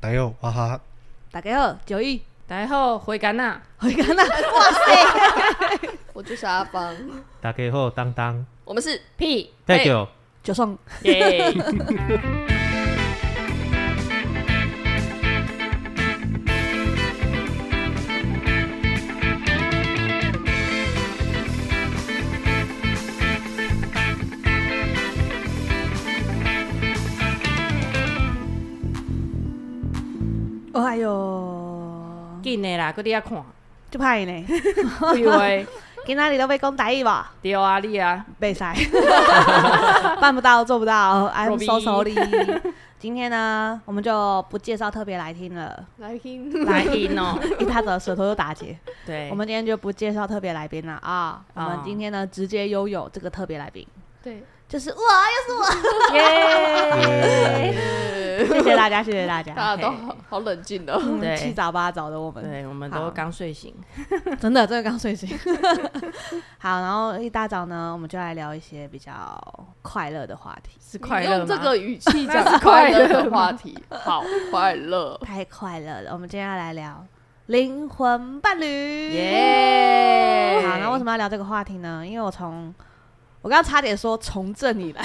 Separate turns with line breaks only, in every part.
大家好，哇哎啊 哈，
大家好，九一
大家好，回甘呐，
回甘 呐，
哇塞！我就是阿邦，
打给后当当
我们是
屁
太久，
就送
耶！
哦哎哟，
紧的啦，搁伫遐看，
就歹呢。
哎呦喂，
今仔日都要讲台语无？
对啊，你啊，
袂 使，办不到，做不到，I'm so
落
sorry。今天呢，我们就不介绍特别来听 了，
来听
来因哦，
一他的舌头又打结。
对，
我们今天就不介绍特别来宾了啊，我们
啊
今天呢直接拥有这个特别来宾，
对，
就是我，又是我，哎
嗯
耶！ 谢谢大家，谢谢大 家。
大家都好好冷静哦。
嗯
对
七早八早的我们，
对，我们都
好
刚睡醒，
真的，真的刚睡醒。好，然后一大早呢，我们就来聊一些比较快乐的话题。
是
你
快乐吗
用这个语气
那
讲
是快
快乐
乐
的
吗
话题，好快乐。
太快乐了，我们今天要来聊灵魂伴侣。哦
耶
好，那为什么要聊这个话题呢？因为我从我刚刚差点说从政以来，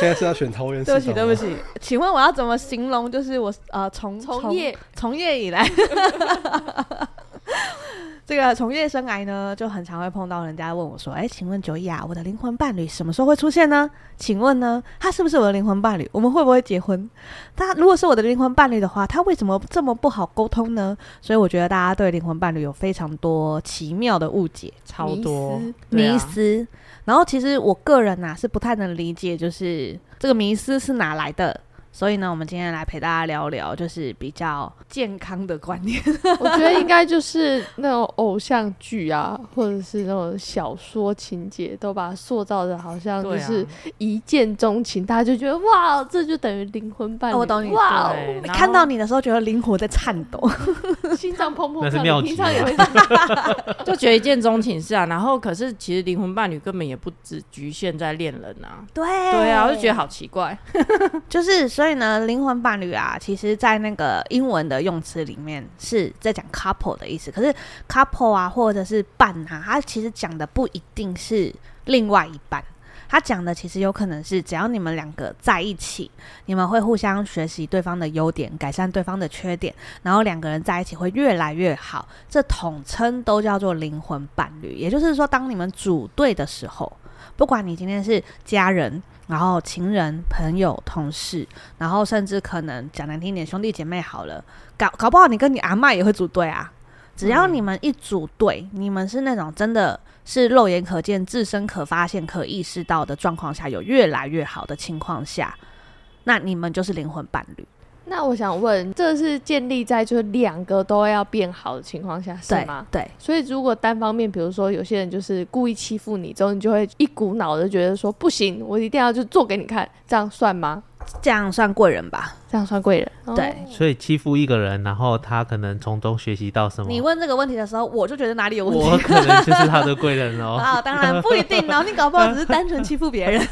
现在是要选桃园市
对
长
不
吗。
起，对不，起，请问我要怎么形容？就是我呃从
从业
从业以来， 这个从业生涯呢，就很常会碰到人家问我说：“哎，请问九一啊，我的灵魂伴侣什么时候会出现呢？请问呢，他是不是我的灵魂伴侣？我们会不会结婚？他如果是我的灵魂伴侣的话，他为什么这么不好沟通呢？”所以我觉得大家对灵魂伴侣有非常多奇妙的误解。
超多
迷思
对啊
迷思。然后其实我个人呐、是不太能理解，就是这个迷思是哪来的。所以呢，我们今天来陪大家聊聊，就是比较健康的观念。
我觉得应该就是那种偶像剧啊，或者是那种小说情节，都把它塑造的好像就
对啊
是一见钟情，大家就觉得哇，这就等于灵魂伴侣。
哦我懂你
哇哦，
对然后
看到你的时候，觉得灵活在颤抖。
心脏砰砰
那是
跳，
妙
你平
计
常也
啊
会 这样
就觉得一见钟情是啊，然后可是其实灵魂伴侣根本也不只局限在恋人啊，
对，
对啊，我就觉得好奇怪，
就是，所以呢，灵魂伴侣啊，其实，在那个英文的用词里面是在讲 couple 的意思，可是 couple 啊，或者是伴啊，它其实讲的不一定是另外一半，它讲的其实有可能是只要你们两个在一起，你们会互相学习对方的优点，改善对方的缺点，然后两个人在一起会越来越好，这统称都叫做灵魂伴侣。也就是说，当你们组队的时候，不管你今天是家人、然后情人、朋友、同事，然后甚至可能讲难听一点，兄弟姐妹好了，搞搞不好你跟你阿嬷也会组队啊。只要你们一组队，你们是那种真的是肉眼可见、自身可发现、可意识到的状况下，有越来越好的情况下，那你们就是灵魂伴侣。
那我想问，这是建立在就是两个都要变好的情况下，是
对
吗？
对，
所以如果单方面，比如说有些人就是故意欺负你之后，你就会一股脑的觉得说不行，我一定要就做给你看，这样算吗？
这样算贵人吧？
这样算贵人？哦
对。
所以欺负一个人，然后他可能从中学习到什么？
你问这个问题的时候，我就觉得哪里有问
我
题。
可能就是他的贵人哦，
啊，当然不一定哦，你搞不好只是单纯欺负别人。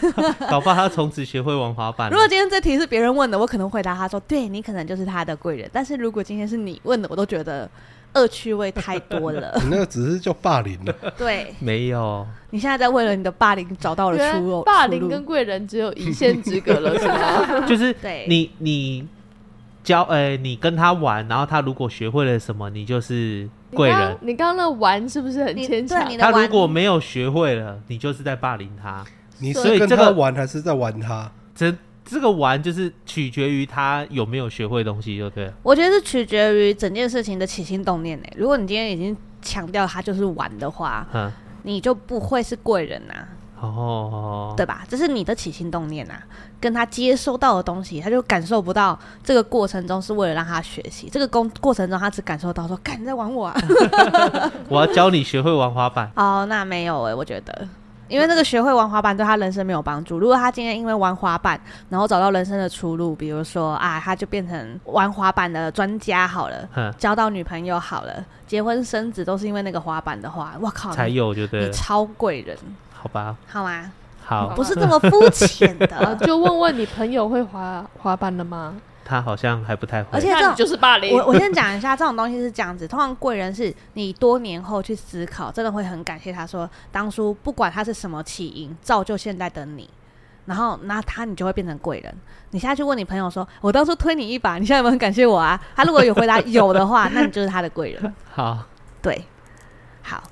搞不好他从此学会玩滑板了。
如果今天这题是别人问的，我可能回答他说：“对你可能就是他的贵人。”但是如果今天是你问的，我都觉得恶趣味太多了
你那个只是叫霸凌 了，
对
没有，
你现在在为了你的霸凌找到了
原
出
来
路，
霸
出
凌
路
跟贵人只有一线之隔 了，是吗？
就是
对
你你教呃，你跟他玩，然后他如果学会了什么，你就是贵
你刚
人。
你刚刚那玩是不是很
你
牵强
对？你的
他如
玩
果没有学会了，你就是在霸凌他。
你
所
是
以
跟
这
他
个
玩还是在玩他？
这这个玩就是取决于他有没有学会东西，就对了。
我觉得是取决于整件事情的起心动念呢、如果你今天已经强调他就是玩的话，
嗯，
你就不会是贵人呐、
哦，
对吧？这是你的起心动念啊，跟他接收到的东西，他就感受不到这个过程中是为了让他学习。这个工过程中，他只感受到说：“干你在玩我 啊！”。
我要教你学会玩滑板
哦，那没有诶、我觉得，因为那个学会玩滑板对他人生没有帮助。如果他今天因为玩滑板，然后找到人生的出路，比如说啊，他就变成玩滑板的专家好了，
哼，
交到女朋友好了，结婚生子都是因为那个滑板的话，我靠，
才
你
有就对
你
了，
超贵人，
好吧，
好吗？
好，
不是这么肤浅的。
啊， 就问问你朋友会滑滑板的吗？
他好像还不太会
而。且这
那
种
你就是霸凌
我。我先讲一下，这种东西是这样子，通常贵人是你多年后去思考，真的会很感谢他说，当初不管他是什么起因，造就现在的你。然后那他你就会变成贵人。你现在去问你朋友说，我当初推你一把，你现在有没有很感谢我啊？他如果有回 答有的话，那你就是他的贵人。
好，
对，好，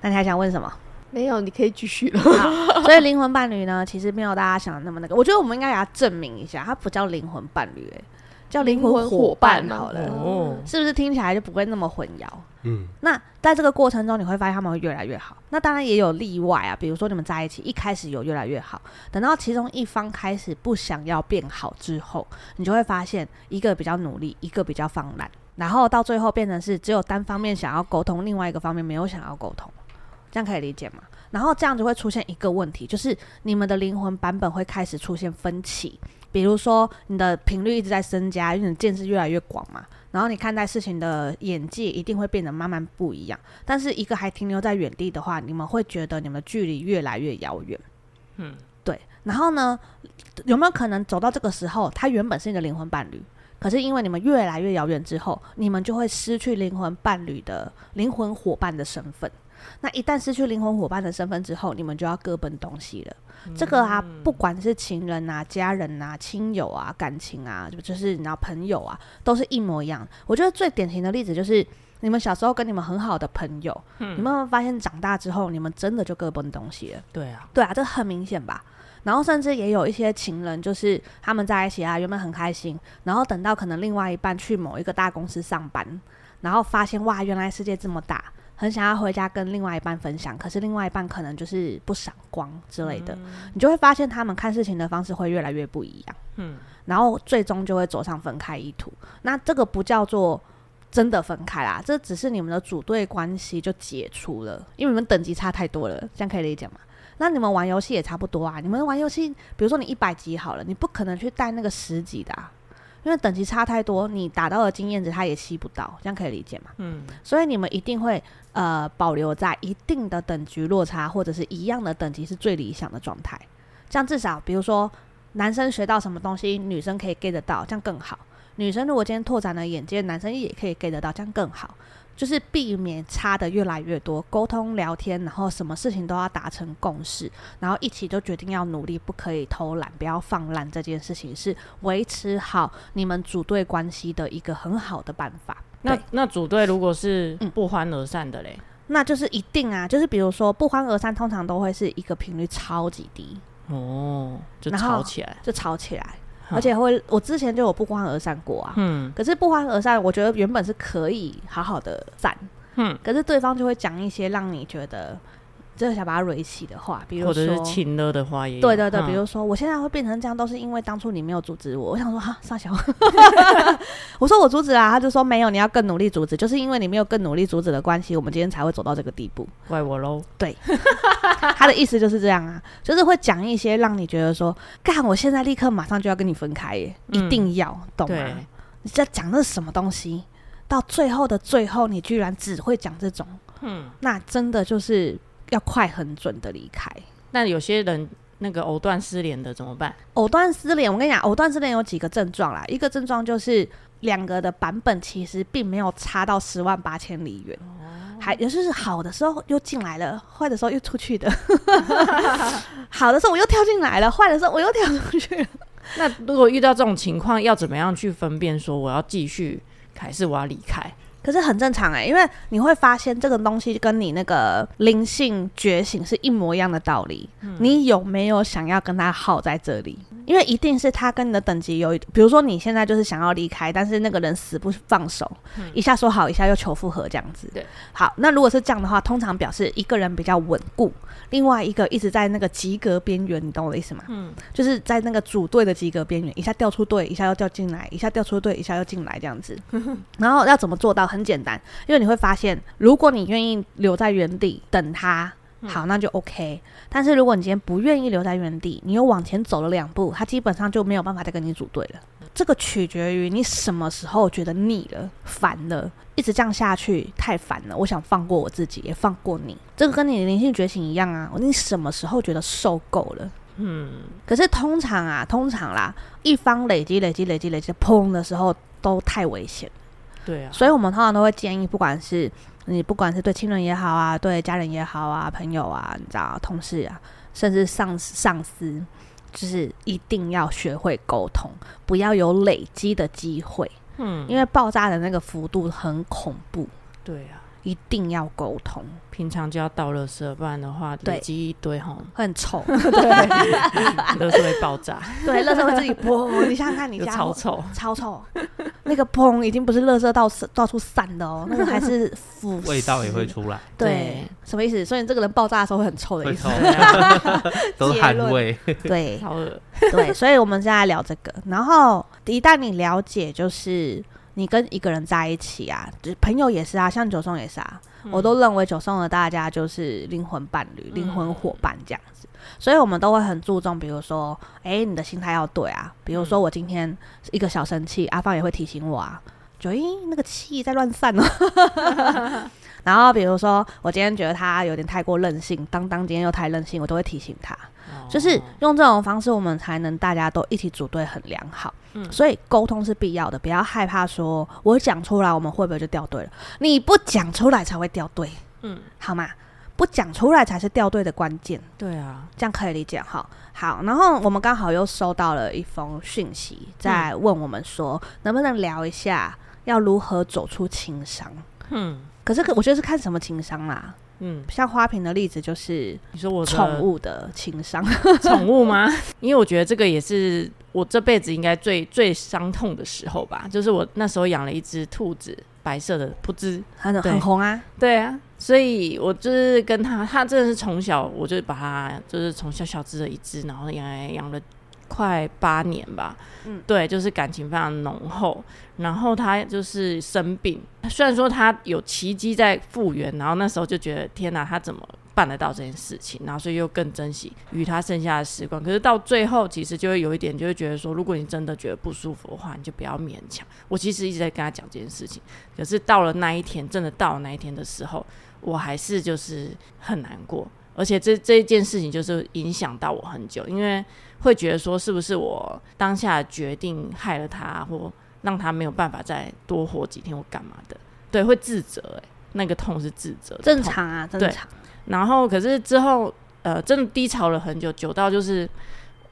那你还想问什么？
没有，你可以继续了。
好，所以灵魂伴侣呢，其实没有大家想的那么那个。我觉得我们应该给他证明一下，他不叫灵魂伴侣、欸，叫灵魂伙伴好了，
灵魂伙
哦，
是不是听起来就不会那么混淆？
嗯，
那在这个过程中，你会发现他们会越来越好。那当然也有例外啊，比如说你们在一起一开始有越来越好，等到其中一方开始不想要变好之后，你就会发现一个比较努力，一个比较放懒，然后到最后变成是只有单方面想要沟通，另外一个方面没有想要沟通，这样可以理解吗？然后这样就会出现一个问题，就是你们的灵魂版本会开始出现分歧。比如说，你的频率一直在增加，因为你见识越来越广嘛，然后你看待事情的眼界一定会变得慢慢不一样。但是一个还停留在原地的话，你们会觉得你们距离越来越遥远。
嗯，
对。然后呢，有没有可能走到这个时候，他原本是你的灵魂伴侣，可是因为你们越来越遥远之后，你们就会失去灵魂伴侣的灵魂伙伴的身份。那一旦失去灵魂伙伴的身份之后，你们就要各奔东西了。这个啊，不管是情人啊、家人啊、亲友啊、感情啊，就就是你知道朋友啊，都是一模一样。我觉得最典型的例子就是你们小时候跟你们很好的朋友，你们有没有发现长大之后，你们真的就各奔东西了？
对啊，
对啊，这很明显吧。然后甚至也有一些情人，就是他们在一起啊，原本很开心，然后等到可能另外一半去某一个大公司上班，然后发现哇，原来世界这么大，很想要回家跟另外一半分享，可是另外一半可能就是不赏光之类的，你就会发现他们看事情的方式会越来越不一样，
嗯，
然后最终就会走上分开意图。那这个不叫做真的分开啦，这只是你们的组队关系就解除了，因为你们等级差太多了，这样可以理解吗？那你们玩游戏也差不多啊。你们玩游戏，比如说你一百级好了，你不可能去带那个十级的、啊，因为等级差太多，你打到的经验值他也吸不到，这样可以理解吗？
嗯，
所以你们一定会呃保留在一定的等级落差，或者是一样的等级是最理想的状态。这样至少，比如说男生学到什么东西，女生可以 get 得到，这样更好。女生如果今天拓展了眼界，男生也可以 get 得到，这样更好。就是避免差的越来越多，沟通聊天，然后什么事情都要达成共识，然后一起就决定要努力，不可以偷懒，不要放烂这件事情，是维持好你们组队关系的一个很好的办法。
那
对
那组队如果是
嗯
不欢而散的嘞，
那就是一定啊，就是比如说不欢而散，通常都会是一个频率超级低，
哦，就
然
吵
后
起来，
就吵起来，
哈
而且会我之前就有不欢而散过啊。
嗯
可是不欢而散，我觉得原本是可以好好的散，
嗯，
可是对方就会讲一些让你觉得真的想把他蕊起的话，比如
或者是
说。
亲了的话也有，
对对对，
嗯
比如说我现在会变成这样，都是因为当初你没有阻止我。我想说哈，傻小， 我说我阻止啦，他就说没有，你要更努力阻止，就是因为你没有更努力阻止的关系，我们今天才会走到这个地步。
怪我喽，
他的意思就是这样啊，就是会讲一些让你觉得说，干，我现在立刻马上就要跟你分开耶，
嗯
一定要，懂
对
吗？你在讲的是什么东西？到最后的最后，你居然只会讲这种，
嗯，
那真的就是要快很准的离开。
那有些人那个藕断丝连的怎么办？
藕断丝连，我跟你讲，藕断丝连有几个症状啦，一个症状就是两个的版本其实并没有差到十万八千里远。还也就是好的时候又进来了，坏的时候又出去的。 好的时候我又跳进来了，坏的时候我又跳出去了。
那如果遇到这种情况，要怎么样去分辨说我要继续还是我要离开？
可是很正常哎、因为你会发现这个东西跟你那个灵性觉醒是一模一样的道理。
嗯
你有没有想要跟他耗在这里？因为一定是他跟你的等级有一，比如说你现在就是想要离开，但是那个人死不放手，一下说好，一下又求复合这样子。
嗯对，
好，那如果是这样的话，通常表示一个人比较稳固，另外一个一直在那个及格边缘，你懂我的意思吗？
嗯，
就是在那个组队的及格边缘，一下掉出队，一下又掉进来，一下掉出队，一下又进来这样子。然后要怎么做到？很简单，因为你会发现，如果你愿意留在原地等他。好，那就 OK。但是如果你今天不愿意留在原地，你又往前走了两步，他基本上就没有办法再跟你组队了。这个取决于你什么时候觉得腻了、烦了，一直这样下去太烦了，我想放过我自己，也放过你。这个跟你的灵性觉醒一样啊，你什么时候觉得受够了？
嗯，
可是通常啊，通常啦，一方累积、累积、累积、累积，砰的时候都太危险。
对啊，
所以我们通常都会建议，不管是你不管是对亲人也好啊，对家人也好啊，朋友啊，你知道，同事啊，甚至上司上司，就是一定要学会沟通，不要有累积的机会，
嗯，
因为爆炸的那个幅度很恐怖，
对啊，
一定要沟通，
平常就要倒垃圾，不然的话
对
累积一堆 吼，
会很 臭，
垃圾会爆 炸，
对，垃圾会自己砰，你想想看你
又
家
超臭，
超臭，那个砰已经不是垃圾到到处散的哦，那个还是腐
味道也会
蚀
出来，
对
对，
什么意思？所以你这个人爆炸的时候会很臭的
会
意思
臭。，
啊
都是
结
汗
论
味。
对
超恶，
对，所以我们现在聊这个。然后一旦你了解，就是你跟一个人在一起啊，就是朋友也是啊，像九松也是啊，我都认为九松的大家就是灵魂伴侣、灵魂伙伴这样子。所以我们都会很注重，比如说，哎、你的心态要对啊。比如说我今天一个小生气，阿芳也会提醒我啊，就咦那个气在乱散哦。哦 然后比如说我今天觉得他有点太过任性，当当今天又太任性，我都会提醒他。
哦
就是用这种方式，我们才能大家都一起组队很良好。
嗯
所以沟通是必要的，不要害怕说我讲出来我们会不会就掉队了？你不讲出来才会掉队，
嗯，
好吗？不讲出来才是掉队的关键，
对啊，
这样可以理解哈。好，然后我们刚好又收到了一封讯息，在问我们说、
嗯
能不能聊一下要如何走出情商。
嗯
可是我觉得是看什么情商啦，
嗯，
像花瓶的例子就是
你说我的
宠物的情商，
宠物吗？因为我觉得这个也是我这辈子应该最最伤痛的时候吧，就是我那时候养了一只兔子，白色的不知，
很
对
很红啊。
对啊，所以我就是跟它，它真的是从小我就把它就是从小小只的一只，然后养来养了快八年吧，
嗯
对，就是感情非常浓厚。然后它就是生病，虽然说它有奇迹在复原，然后那时候就觉得天哪，它怎么？办得到这件事情，然后所以又更珍惜与它剩下的时光。可是到最后，其实就会有一点，就会觉得说，如果你真的觉得不舒服的话，你就不要勉强。我其实一直在跟他讲这件事情。可是到了那一天，真的到了那一天的时候，我还是就是很难过，而且这这一件事情就是影响到我很久，因为会觉得说是不是我当下的决定害了他，或让他没有办法再多活几天或干嘛的，对，会自责、欸，那个痛是自责，
正。常啊，正
对
常。
然后可是之后，呃，真的低潮了很久，久到就是。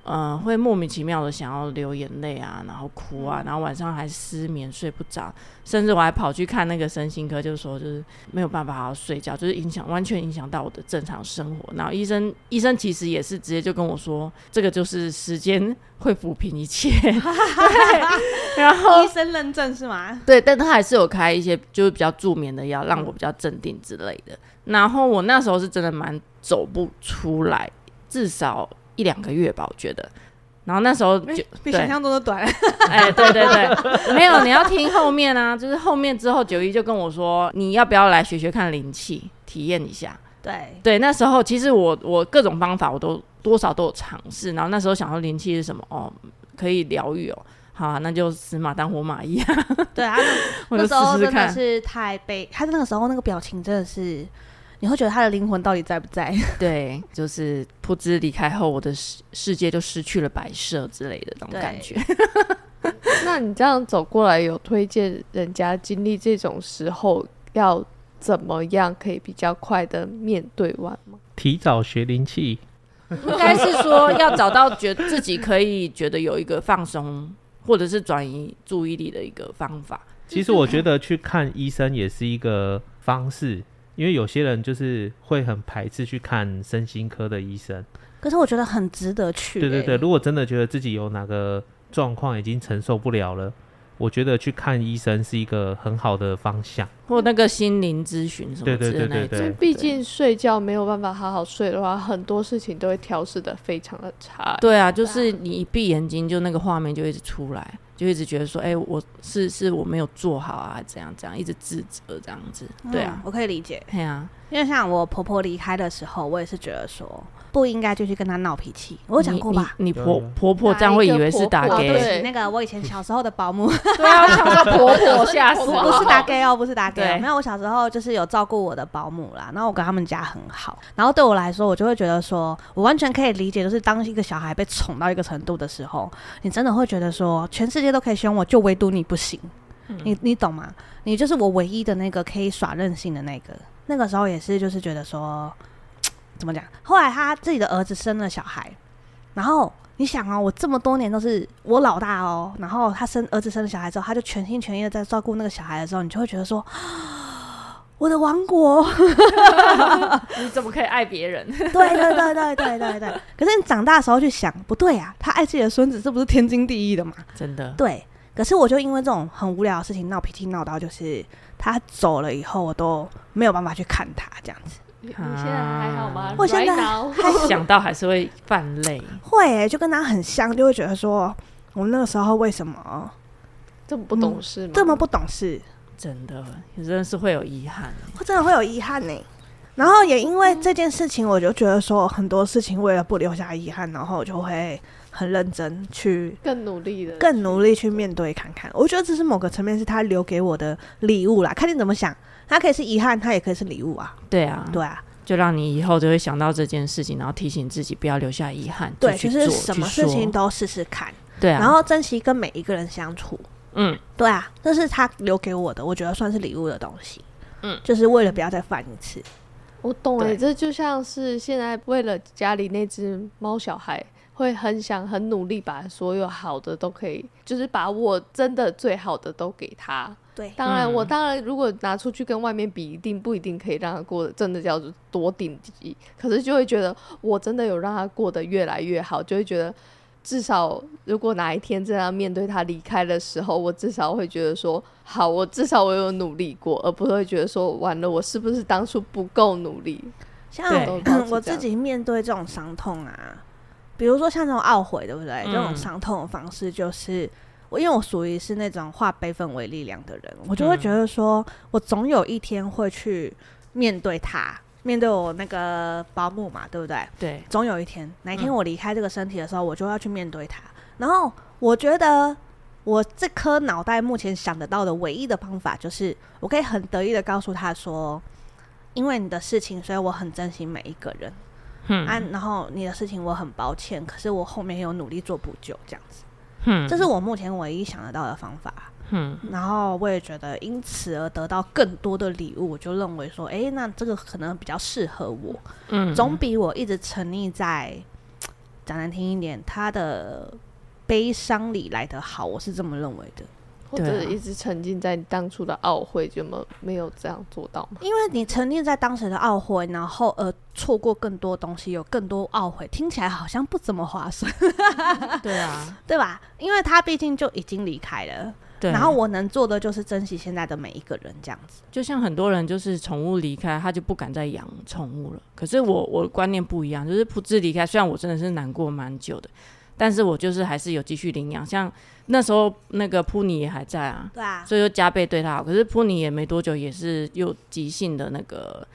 呃，会莫名其妙的想要流眼泪啊，然后哭啊，然后晚上还失眠睡不着，甚至我还跑去看那个身心科，就是说就是没有办法好好睡觉，就是影响完全影响到我的正常生活。然后医生医生其实也是直接就跟我说，这个就是时间会抚平一切。对然后
医生认证是吗？
对，但他还是有开一些就是比较助眠的药，让我比较镇定之类的。然后我那时候是真的蛮走不出来，至少一两个月吧，我觉得。然后那时候就、
比
对
想象中的短。
哎，对对对，没有，你要听后面啊，就是后面之后九一就跟我说，你要不要来学学看灵气，体验一下。
对，
对，那时候其实我我各种方法我都多少都有尝试，然后那时候想说灵气是什么哦，可以疗愈哦，好、啊，那就死马当活马医啊，
对啊，那
我就
那时候
试
真
试
的
看。
是太悲，他那个时候那个表情真的是，你会觉得他的灵魂到底在不在？
对， 就是噗之离开后，我的世世界就失去了摆设之类的那种感觉。
那你这样走过来，有推荐人家经历这种时候要怎么样可以比较快的面对完吗？
提早学灵气，
应该是说要找到觉自己可以觉得有一个放松或者是转移注意力的一个方法。
其实我觉得去看医生也是一个方式，因为有些人就是会很排斥去看身心科的医生。
可是我觉得很值得去、
对对
欸
对，，如果真的觉得自己有哪个状况已经承受不了了，我觉得去看医生是一个很好的方向。
或那个心灵咨询什么
对
之
对
类的
对
那一
对
种，
对，
毕竟睡觉没有办法好好睡的话，很多事情都会调试的非常的 差。
对啊，就是你一闭眼睛，就那个画面就一直出来，就一直觉得说，哎、我是是我没有做好啊，怎样怎样，一直自责这样子。对啊
嗯，我可以理解，
对啊，
因因为像我婆婆离开的时候，我也是觉得说不应该继续跟她闹脾气。我有讲过吧？
你？你
有
婆
有
婆婆这样会以为是打
哪一个婆
给
婆
对 不
对
起，那个我以前小时候的保姆，
对啊，我想说婆婆吓死
不
哇
我。
不是打给哦，不是打给哦
对，
没有。我小时候就是有照顾我的保姆啦，然后我跟他们家很好，然后对我来说，我就会觉得说，我完全可以理解，就是当一个小孩被宠到一个程度的时候，你真的会觉得说，全世界都可以凶我，就唯独你不行。你你懂吗？你就是我唯一的那个可以耍任性的那个。那个时候也是，就是觉得说，怎么讲？后来他自己的儿子生了小孩，然后你想哦，我这么多年都是我老大哦，然后他生儿子生了小孩之后，他就全心全意的在照顾那个小孩的时候，你就会觉得说，我的王国，
你怎么可以爱别人？
对对对对对对对。可是你长大的时候去想，不对啊，他爱自己的孙子，这不是天经地义的嘛？
真的，
对。可是我就因为这种很无聊的事情闹脾气，闹到就是他走了以后，我都没有办法去看他这样子。
你你现在还好吗？
啊我现在
Right now
想到还是会犯累。
会欸、就跟他很像，就会觉得说，我们那个时候为什么
这么不懂事吗？
嗯这么不懂事？
真的，真的是会有遗憾。
我真的会有遗憾呢、然后也因为这件事情，我就觉得说很多事情为了不留下遗憾，然后我就会很认真去
更努力的，
更努力去面对看看。我觉得这是某个层面是他留给我的礼物啦，看你怎么想。它可以是遗憾，它也可以是礼物啊。
对啊，
对啊，
就让你以后就会想到这件事情，然后提醒自己不要留下遗憾。
对，
就
就是
去做
什
去
么事情
说
都试试看，
对啊。
然后珍惜跟每一个人相处。
嗯，
对啊，这是他留给我的，我觉得算是礼物的东西。
嗯
就是为了不要再犯一次。
我懂哎、
对
这就像是现在为了家里那只猫小孩，会很想很努力把所有好的都可以，就是把我真的最好的都给他。
对
当然，
嗯
我当然如果拿出去跟外面比，一定不一定可以让他过得真的叫做多顶级，可是就会觉得我真的有让他过得越来越好，就会觉得。至少，如果哪一天真的要面对他离开的时候，我至少会觉得说，好，我至少我有努力过，而不会觉得说，完了，我是不是当初不够努力？
像
对
都保持
我
这
自
样
己面对这种伤痛啊，比如说像这种懊悔，对不对？
嗯
这种伤痛的方式就是。我因为我属于是那种化悲愤为力量的人，我就会
嗯
觉得说，我总有一天会去面对它，面对我那个保姆嘛，对不对？
对，
总有一天，哪一天
嗯
我离开这个身体的时候，我就要去面对它。然后我觉得，我这颗脑袋目前想得到的唯一的方法，就是我可以很得意的告诉他说，因为你的事情，所以我很珍惜每一个人。
嗯
啊，然后你的事情我很抱歉，可是我后面有努力做补救，这样子，
嗯
这是我目前唯一想得到的方法。
嗯
然后我也觉得因此而得到更多的礼物，我就认为说，诶，那这个可能比较适合我。
嗯
总比我一直沉溺在讲难听一点，他的悲伤里来得好，我是这么认为的。
或
对啊
者一直沉浸在你当初的懊悔，有没有没有这样做到吗？
因为你沉溺在当时的懊悔，然后呃错过更多东西，有更多懊悔，听起来好像不怎么划算，
对啊，
对吧？因为他毕竟就已经离开了，
对。
然后我能做的就是珍惜现在的每一个人，这样子。
就像很多人就是宠物离开，他就不敢再养宠物了。可是我我观念不一样，就是噗嗤离开，虽然我真的是难过蛮久的，但是我就是还是有继续领养。像那时候那个扑尼也还在啊，
对啊，
所以就加倍对他好。可是扑尼也没多久，也是又急性的那个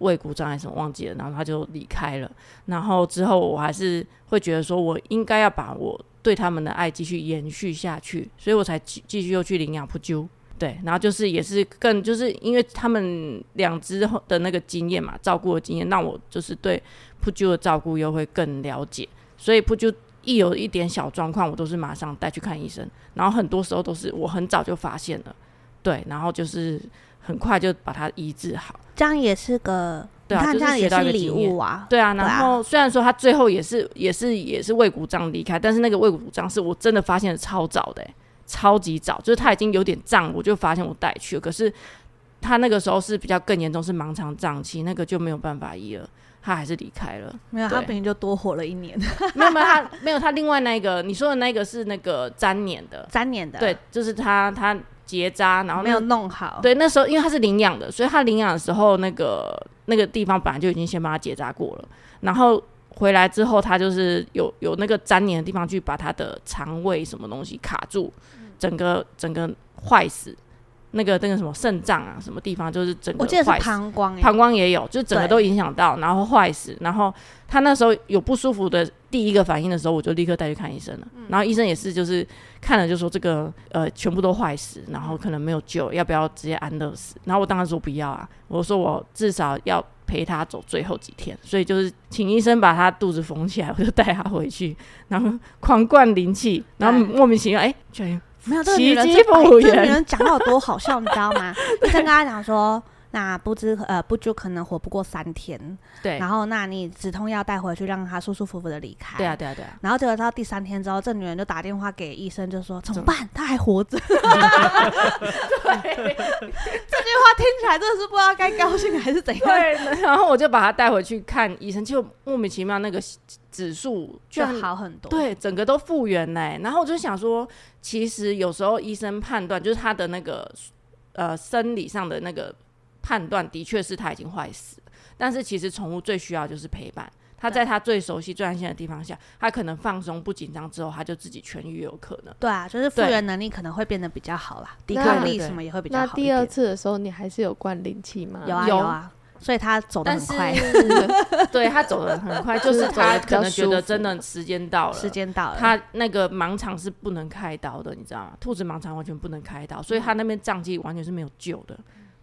胃骨障碍什么忘记了，然后他就离开了。然后之后我还是会觉得说，我应该要把我对他们的爱继续延续下去，所以我才继继续又去领养扑啾。对，然后就是也是更就是因为他们两只后的那个经验嘛，照顾的经验，让我就是对扑啾的照顾又会更了解，所以扑啾一有一点小状况，我都是马上带去看医生。然后很多时候都是我很早就发现了，对，然后就是很快就把它医治好，
这样也是个，
对啊
你看
就
这
是
样也
学到
是
一个
礼
经验
物啊。
对啊。
对啊
然后虽然说他最后也是也是也是胃鼓胀离开，但是那个胃鼓胀是我真的发现的超早的欸、超级早，就是他已经有点胀，我就发现我带去了，可是他那个时候是比较更严重，是盲肠胀气，那个就没有办法医了。他还是离开 了，
没有，他
对
本来就多活了一年，
没有没有他没有他另外那一个你说的那个是那个粘黏的，
三年的，
对，，就是他他结扎，然后那
没有弄好。
对，那时候因为他是领养的，所以他领养的时候，那个那个地方本来就已经先帮他结扎过了，然后回来之后，他就是有有那个粘连的地方去把他的肠胃什么东西卡住，整个整个坏死，那个那个什么肾脏啊什么地方，就是整个
我记得是
坏死
膀胱、欸，
膀胱也有，就整个
对
都影响到，然后坏死，然后他那时候有不舒服的第一个反应的时候，我就立刻带去看医生了。然后医生也是就是看了就说这个呃全部都坏死，然后可能没有救，要不要直接安乐死？然后我当然说不要啊，我说我至少要陪他走最后几天，所以就是请医生把他肚子缝起来，我就带他回去，然后狂灌灵气，然后
对
莫名其妙哎，居然
没有这个女人
奇
是，
迹
哎这
复
个
原
女人讲话有多好笑，你知道 吗？医生跟她讲说，那不知呃不久可能活不过三天，
对啊
然后那你止痛药带回去，让她舒舒服服的离开。
对啊。对啊 对啊，
然后结果到第三天之后，这女人就打电话给医生，就说怎么
么
办？她还活 着。对，这句话听起来真的是不知道该高兴还是怎样。
对，然后我就把他带回去看医生，就莫名其妙那个指数居
就
然
好很多。，
对，整个都复原嘞、然后我就想说，其实有时候医生判断就是他的那个呃生理上的那个判断，的确是他已经坏死了。但是其实宠物最需要就是陪伴，它在它最熟悉、最安心的地方下，它可能放松、不紧张之后，它就自己痊愈，有可能。
对啊，就是复
对
原能力可能会变得比较好啦，抵
那
抗力
对对
什么也会比较
那
好一
第二
点。
次的时候，你还是有灌灵气吗？
有啊
有
有啊，所以他走得
但
很
是
快，，
对它走的很快，就
就是是走
它
得比
可
较
能觉
舒
得
服
真的时间到了，
时间到了，
它那个盲肠是不能开刀的，你知道吗？兔子盲肠完全不能开刀，所以它那边脏器完全是没有救的。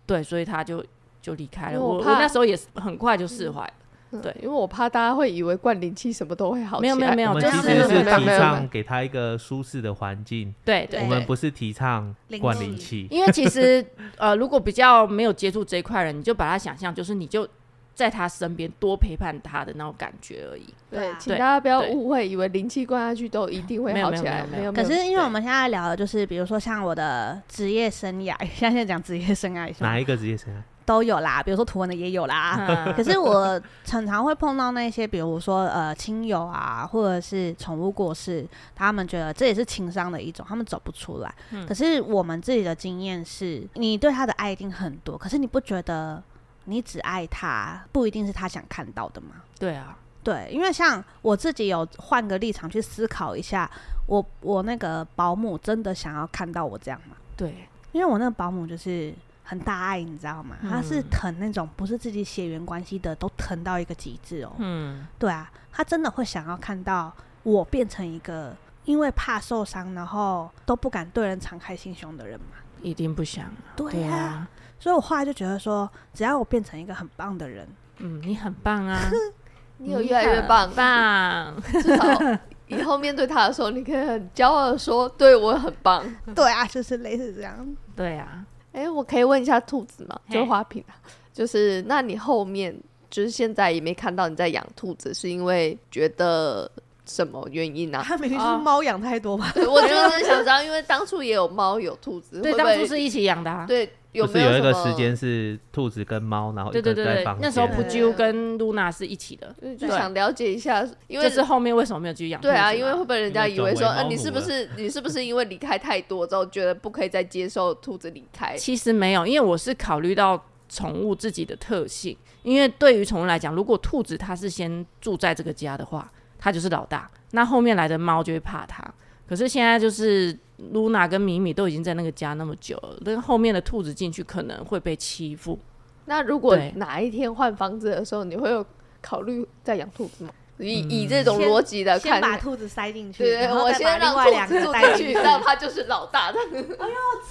对，所以它就就离开
因
了。
为
我
我
我
怕
那时候也是很快就释怀了。
嗯
对
因为我怕大家会以为灌灵气什么都会好起
没有
来。
没有没有，
我们
就
其
是
实
没
是
有没有
提
没有
倡给他一个舒适的环境，
对对对
我们不是提倡
灵
灌
气
灵气。
因为其实 呃，如果比较没有接触这一块人，你就把它想象就是你就在它身边多陪伴它的那种感觉而已。
对
对
啊，
请
对
大家不要
对
误会，以为灵气灌下去都一定会
没有
好
没有
起来。
没有没有
没
可
有
是因为
对
我们现在聊的就是，比如说像我的职业生涯， 现在讲职业生涯是吗
哪一个职业生涯？
都有啦，比如说图文的也有 啦。
啊
可是我常常会碰到那些，比如说呃亲友啊，或者是宠物过世，他们觉得这也是情商的一种，他们走不出来。可是我们自己的经验是，你对他的爱一定很多，可是你不觉得你只爱他，不一定是他想看到的吗？
对啊，
对，因为像我自己有换个立场去思考一下，我我那个保姆真的想要看到我这样吗？
对
因为我那个保姆就是很大爱，你知道吗？她是
嗯
疼那种不是自己血缘关系的，都疼到一个极致哦。
嗯，
对啊，她真的会想要看到我变成一个因为怕受伤，然后都不敢对人敞开心胸的人嘛。
一定不想啊。
对
对
啊，
啊，
所以我后来就觉得说，只要我变成一个很棒的人，
嗯，你很棒啊，
你有越来越棒
很，棒。
至少以后面对他的时候，你可以很骄傲的说：“对我很棒。
嗯
对啊，就是类似这样。
对啊，”
哎，我可以问一下兔子吗？
嘿
就花瓶啊，就是那你后面就是现在也没看到你在养兔子，是因为觉得什么原因呢、啊？
他明明
就是
猫养太多吧？
对我就是想知道，因为当初也有猫有兔子，
对，
会不
当
会
初是一起养的啊。
对有
不
没
是有一
什
个
么
时？间是兔子跟猫，然后
对
哦一
对
个
对
在
对
房，
那
间。
时候普
不
啾跟露娜是一起的，
就就
对
想了解一下，因为
就是后面为什么没有继续养兔子
对
嘛？
啊，因为会被人家以为说，
因为走回
呃，
猫
你是不是 你是不是因为离开太多之后，觉得不可以再接受兔子离开？
其实没有，因为我是考虑到宠物自己的特性，因为对于宠物来讲，如果兔子它是先住在这个家的话，它就是老大，那后面来的猫就会怕它。可是现在就是露娜跟米米都已经在那个家那么久了，那后面的兔子进去可能会被欺负，
那如果
对
哪一天换房子的时候，你会有考虑再养兔子吗？以以这种逻辑的
嗯先
看，
把兔子塞进去，
对，
然后
我
再把
先让
另外两
兔
个
子住
带
进
进
去，
去。
让它就是老大的。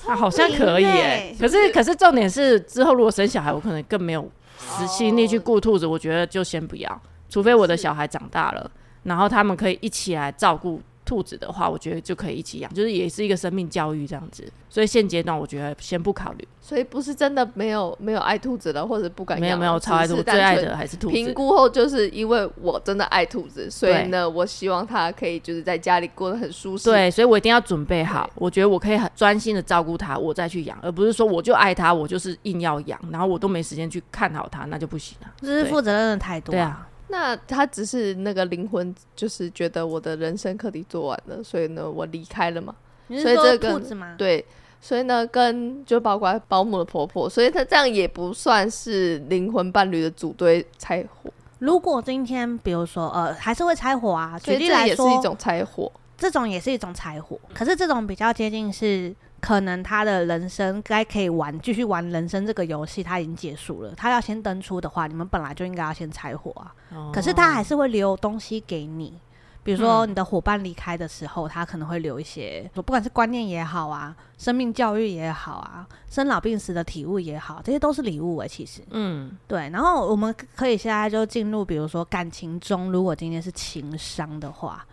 啊、好像可以
明
耶
耶。
可是可是重点是之后如果生小孩，我可能更没有时心力去
哦
顾兔子，我觉得就先不要，除非我的
是
小孩长大了，然后他们可以一起来照顾兔子的话，我觉得就可以一起养，就是也是一个生命教育这样子。所以现阶段我觉得先不考虑，
所以不是真的没有没有爱兔子了，或者不敢
没有
养了，
没有，超爱
只
兔，
是
我最爱
单纯
的还是兔
评
子。
估后，就是因为我真的爱兔子，所以
对
呢，我希望它可以就是在家里过得很舒适。
对，所以我一定要准备好。我觉得我可以很专心的照顾它，我再去养，而不是说我就爱它，我就是硬要养，然后我都没时间去看好它，那就不行了。
就是负责任的态度、
对，啊，
那他只是那个灵魂，就是觉得我的人生课题做完了，所以呢，我离开了嘛。
你
所
是
以
说
这个
兔子吗？
对，所以呢，跟就包括保姆的婆婆，所以她这样也不算是灵魂伴侣的组队拆伙，
如果今天比如说呃，还是会拆火啊。
所
举
以
例
这
来
也是
说，
一种拆伙。
这种也是一种柴火，可是这种比较接近是可能他的人生该可以玩，继续玩人生这个游戏，他已经结束了。他要先登出的话，你们本来就应该要先拆伙啊。可是
哦
他还是会留东西给你，比如说
哦嗯
你的伙伴离开的时候，他可能会留一些，不管是观念也好啊，生命教育也好啊，生老病死的体悟也好，这些都是礼物诶、欸其实
嗯，
对。然后我们可以现在就进入，比如说感情中，如果今天是情商的话，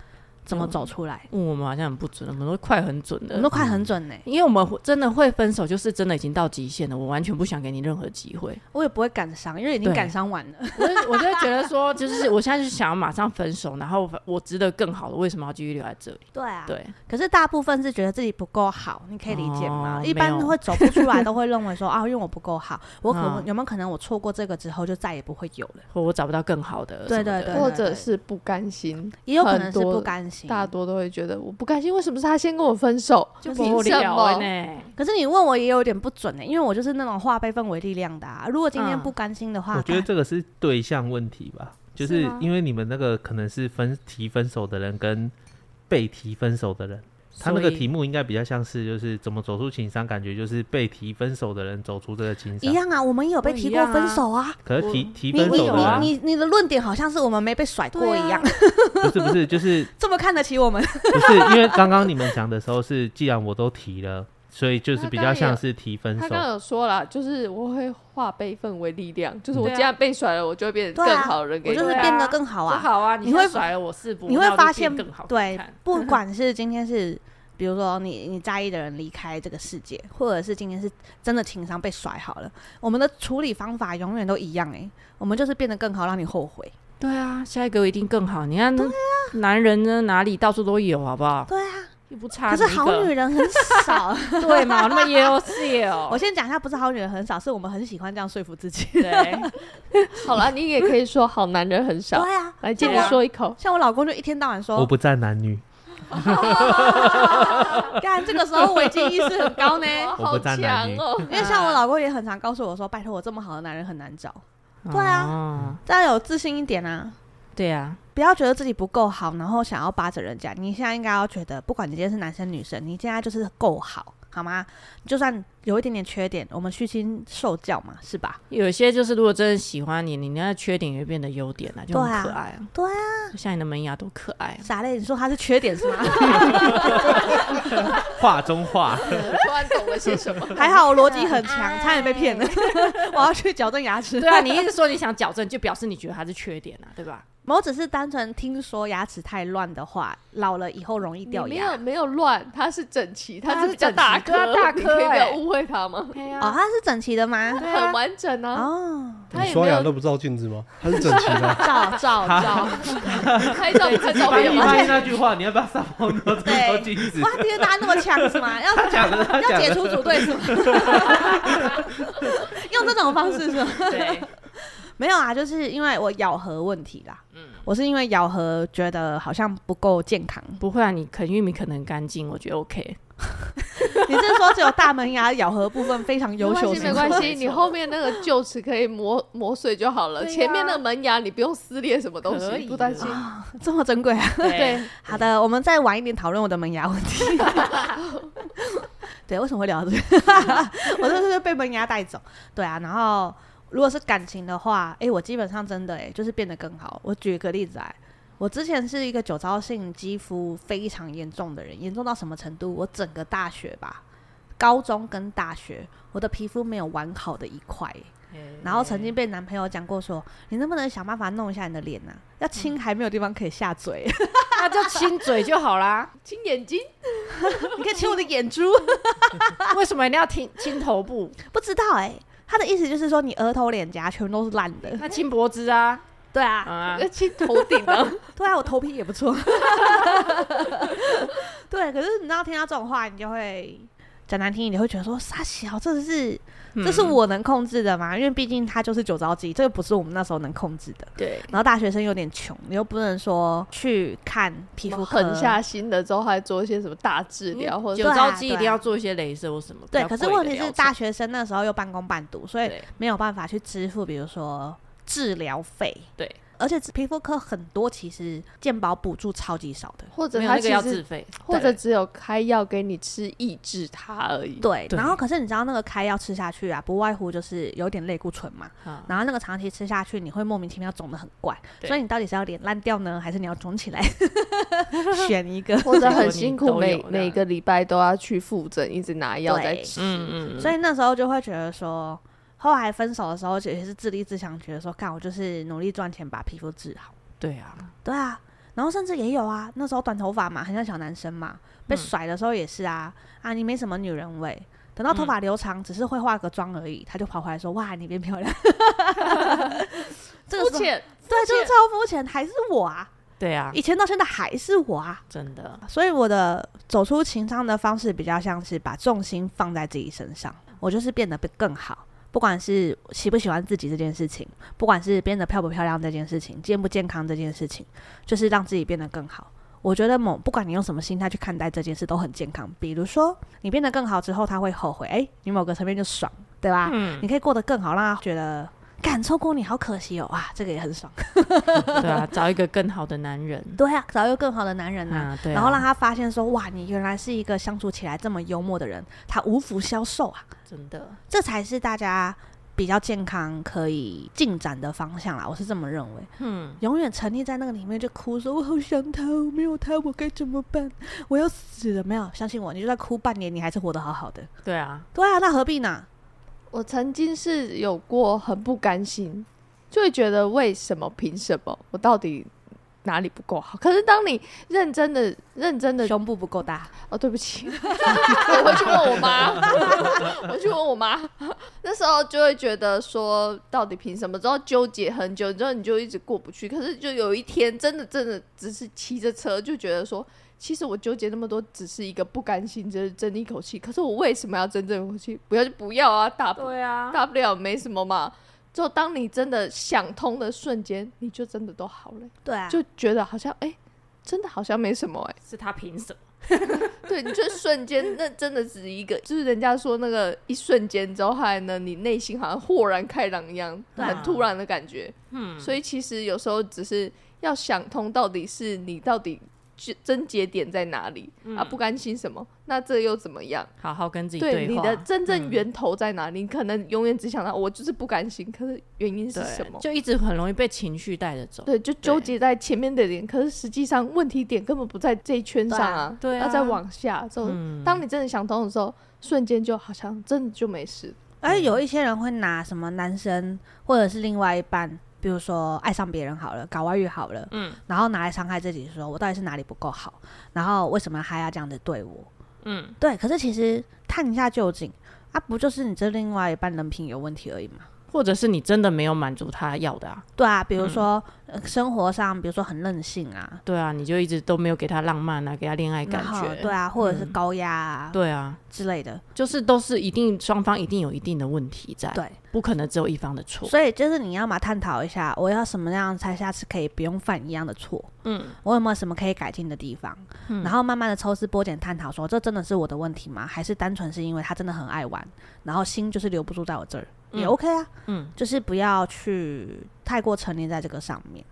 怎
嗯
么走出来？
问哦我们好像很不准，我们都快很准
我
的
们都，快很准呢、欸
因为我们真的会分手，就是真的已经到极限了，我完全不想给你任何机会。
我也不会感伤，因为已经
对
感伤完了。
我就 我就会觉得说，就是我现在就想要马上分手，然后我值得更好的，为什么要继续留在这里？
对啊，。
对，
可是大部分是觉得自己不够好，你可以理解吗？
哦
一般
没有
会走不出来，都会认为说啊，因为我不够好，我可、
嗯
有没有可能我错过这个之后就再也不会有了？
或我找不到更好的
对
什么的，
对
或
对
者是不甘心，
也有可能是
很多
不甘心。
大多都会觉得我不甘心，为什么是他先跟我分手？
就
凭
无
什
聊了欸
么？
呢。
可是你问我也有点不准呢、欸因为我就是那种化悲愤为力量的、啊。如果今天
嗯
不甘心的话，
我觉得
干
这个是对象问题吧，就是是
吗
因为你们那个可能是分提分手的人跟被提分手的人，他那个
所以
题目应该比较像是就是怎么走出情伤，感觉就是被提分手的人走出这个情
一
伤。
样啊，我们也有被
不
提
一
过
样啊
分手啊。
可是提
我
提
你
分
你
手
有啊
的人
你你的论点好像是我们没被甩过一样，
不是不是就是
这么看得起我们？
不是因为刚刚你们讲的时候是，既然我都提了，所以就是比较像是提分
他
手
刚。刚有说了，就是我会化悲愤为力量，就是我
对啊
既然被甩了，我就会变得
对
更
啊
好的人给
我
你。
就是
对啊
变得更好
不
啊。
好啊，
你
你
会
会甩了我是不，
你会
那我就
发
变
现
更好
对
看，
不管是今天是比如说你你在意的人离开这个世界，或者是今天是真的情商被甩好了，我们的处理方法永远都一样哎、我们就是变得更好，让你后悔。
对啊，下一个一定更好。你看，男人呢哪里到处都有，好不好？
对啊，
又不
可
差你
是
一
好女
个，
人很少。
对嘛？那么也有是
我
哦，
先讲一下，不是好女人很少，是我们很喜欢这样说服自己。
对，
好了，你也可以说好男人很
对
少。
啊，
来，接
对
着
啊
说一口。
像我老公就一天到晚
我
说，
不在男女，
干这个时候危机意识很高 呢。
我不站男女
好强哦！
因为像我老公也很常告诉我说，拜托我这么好的男人很难找，对啊
哦，
大家有自信一点啊。
对啊，
不要觉得自己不够好，然后想要巴着人家。你现在应该要觉得，不管你今天是男生女生，你现在就是够好，好吗？就算有一点点缺点，我们虚心受教嘛，是吧？
有些就是如果真的喜欢你，你那缺点也会变得优点啊，就
对
很
啊
可爱啊，
对
啊，像你的门牙多可爱 啊。
傻嘞，你说他是缺点是吗？
话中话。
突然懂了些什么？
还好我逻辑很强，差点被骗了。
哎
我要去矫正牙齿。
对啊，你一直说你想矫正，就表示你觉得它是缺点啊，对吧？
我只是单纯听说牙齿太乱的话，老了以后容易
你
掉
没有
牙。
没有乱，他是整齐，
他
他
是
比较
整齐
大
对啊
颗，
大
你
颗
可以不
欸
要误会他吗？
对
哦，，它是整齐的吗？
很完整啊，
哦，，
他
你
也没
刷牙
有
都不照镜子吗？它是整齐的啊
照照 照，
拍照拍照
翻
片
译
吗？
翻译那句话，你要不要撒泡尿照照镜子
哇？，今天大家那么强是吗？要
他讲的，他
要
讲
解
的，
除组队是吗？ 用这种方式是吗？
对，
没有啊，就是因为我咬合问题啦。我是因为咬合觉得好像不够健康。
不会啊，你啃玉米啃得很干净，我觉得 OK。
你是说只有大门牙咬合部分非常优秀？
没关系，没 关系，你后面那个臼齿可以磨磨碎就好了，
对啊
前面那个门牙你不用撕裂什么东
可
西，
以
不担心。
系，这么珍贵啊！
对，，
好的，我们再晚一点讨论我的门牙问题。对，为什么会聊到这个？我真的是被门牙带走。对啊，然后如果是感情的话，诶，我基本上真的诶，就是变得更好。我举个例子来，我之前是一个酒糟性肌肤非常严重的人，严重到什么程度？我整个大学吧，高中跟大学，我的皮肤没有完好的一块耶、然后曾经被男朋友讲过说，你能不能想办法弄一下你的脸呐、要亲还没有地方可以下嘴。
那就亲嘴就好啦，
亲眼睛，
你可以亲我的眼珠。
为什么一定要亲亲头部？
不知道哎、他的意思就是说你额头、脸颊全都是烂的。
那亲脖子啊，
对啊，
啊，
亲头顶啊，
对啊，我头皮也不错。 对，可是你知道听到这种话，你就会讲难听一点，会觉得说傻小，这是
嗯
这是我能控制的吗？因为毕竟他就是酒糟肌，这个不是我们那时候能控制的。
对，
然后大学生有点穷，你又不能说去看皮肤科
狠下心了之后还做一些什么大治疗或者
对
酒
啊
糟肌一
对啊
定要做一些镭射或什么。
对，
比较
可是
贵
问
的
题是
疗
大
程
学生那时候又半工半读，所以
对
没有办法去支付，比如说治疗费。
对，
而且皮肤科很多其实健保补助超级少的。
或者
没有
他
那
其
个要自
实
费，
或者只有开药给你吃抑制它而已。
对，
对
然后可是你知道那个开药吃下去啊，不外乎就是有点类固醇嘛，
啊
然后那个长期吃下去，你会莫名其妙肿得很怪，
对
所以你到底是要脸烂掉呢，还是你要肿起 来？选一
嗯
个。
或者很辛
结
苦，
果你都有的
每每个礼拜都要去复诊，一直拿药在
对
吃。
嗯嗯，
所
以
以那时候就会觉得说，后来分手的时候也是自立自强，觉得说，干我就是努力赚钱把皮肤治好。
对啊，
对啊，然后甚至也有啊，那时候短头发嘛，很像小男生嘛，被
嗯
甩的时候也是啊，啊你没什么女人味。等到
嗯
头发留长，只是会化个妆而已，他就跑回来说：“哇，你变漂亮。” 这个
肤
时候
浅，
对，
肤
就是
浅
超肤浅，还是我啊！
对啊，
以前到现在还是我啊！
真的，
所以我的走出情伤的方式比较像是把重心放在自己身上，我就是变得更好，不管是喜不喜欢自己这件事情，不管是变得漂不漂亮这件事情，健不健康这件事情，就是让自己变得更好。我觉得某不管你用什么心态去看待这件事都很健康。比如说你变得更好之后，他会后悔，诶，你某个层面就爽，对吧？
嗯，
你可以过得更好，让他觉得。敢错过你好可惜哦，哇，这个也很爽。
对啊，找一个更好的男人
对啊，找一个更好的男人呐、
啊，对啊，
然后让他发现说，哇，你原来是一个相处起来这么幽默的人，他无福消受啊，
真的，
这才是大家比较健康可以进展的方向啦，我是这么认为。
嗯，
永远沉溺在那个里面就哭说，我哦好想他，我没有他我该怎么办？我要死了，没有，相信我，你就算哭半年，你还是活得好好的。
对啊，
对啊，那何必呢？
我曾经是有过很不甘心，就会觉得为什么凭什么我到底哪里不够好？可是当你认真的、认真的
胸部不够大，
哦，对 不起，我回去问我妈， 我去问我妈，那时候就会觉得说，到底凭什么？之后纠结很久，之后你就一直过不去。可是就有一天，真的真的只是骑着车，就觉得说，其实我纠结那么多，只是一个不甘心，就是争一口气。可是我为什么要争这口气？不要就不要啊，大不
对啊，
大不了没什么嘛。就当你真的想通的瞬间，你就真的都好了，
对啊，
就觉得好像哎、真的好像没什么哎、
是他凭什么？
对，你就瞬间，那真的只是一个，就是人家说那个一瞬间之后，后来呢，你内心好像豁然开朗一样，
对啊
很突然的感觉。嗯，所以其实有时候只是要想通，到底是你到底纠症结点在哪里、啊？不甘心什么？那这又怎么样？
好好跟嗯自己
对，你
话，嗯
的真正源头在哪里？你可能永远只想到我就是不甘心，可是原因是什么
对，？就一直很容易被情绪带着走。
对，就纠结在前面的点，可是实际上问题点根本不在这一圈上啊，
对啊对嗯啊
要再往下。就、当你真的想通的时候，瞬间就好像真的就没事。
嗯
而有一些人会拿什么男生或者是另外一半，比如说爱上别人好了，搞外遇好了，
嗯，
然后拿来伤害自己，说我到底是哪里不够好，然后为什么还要这样子对我？
嗯，
对，可是其实探一下究竟，啊，不就是你这另外一半人品有问题而已嘛？
或者是你真的没有满足他要的啊？
对啊，比如说、
嗯
呃生活上，比如说很任性啊，
对啊，你就一直都没有给他浪漫啊，给他恋爱感
然后
觉。
对啊，或者是
嗯
高压啊、
对啊，
之类的，
就是都是一定双方一定有一定的问题在，
对。
不可能只有一方的错。
所以就是你要嘛探讨一下，我要什么样才下次可以不用犯一样的错？
嗯，
我有没有什么可以改进的地方？然后慢慢的抽丝剥茧探讨说，这真的是我的问题吗？还是单纯是因为他真的很爱玩，然后心就是留不住在我这儿，也
嗯
OK 啊。
嗯，
就是不要去太过沉溺在这个上面，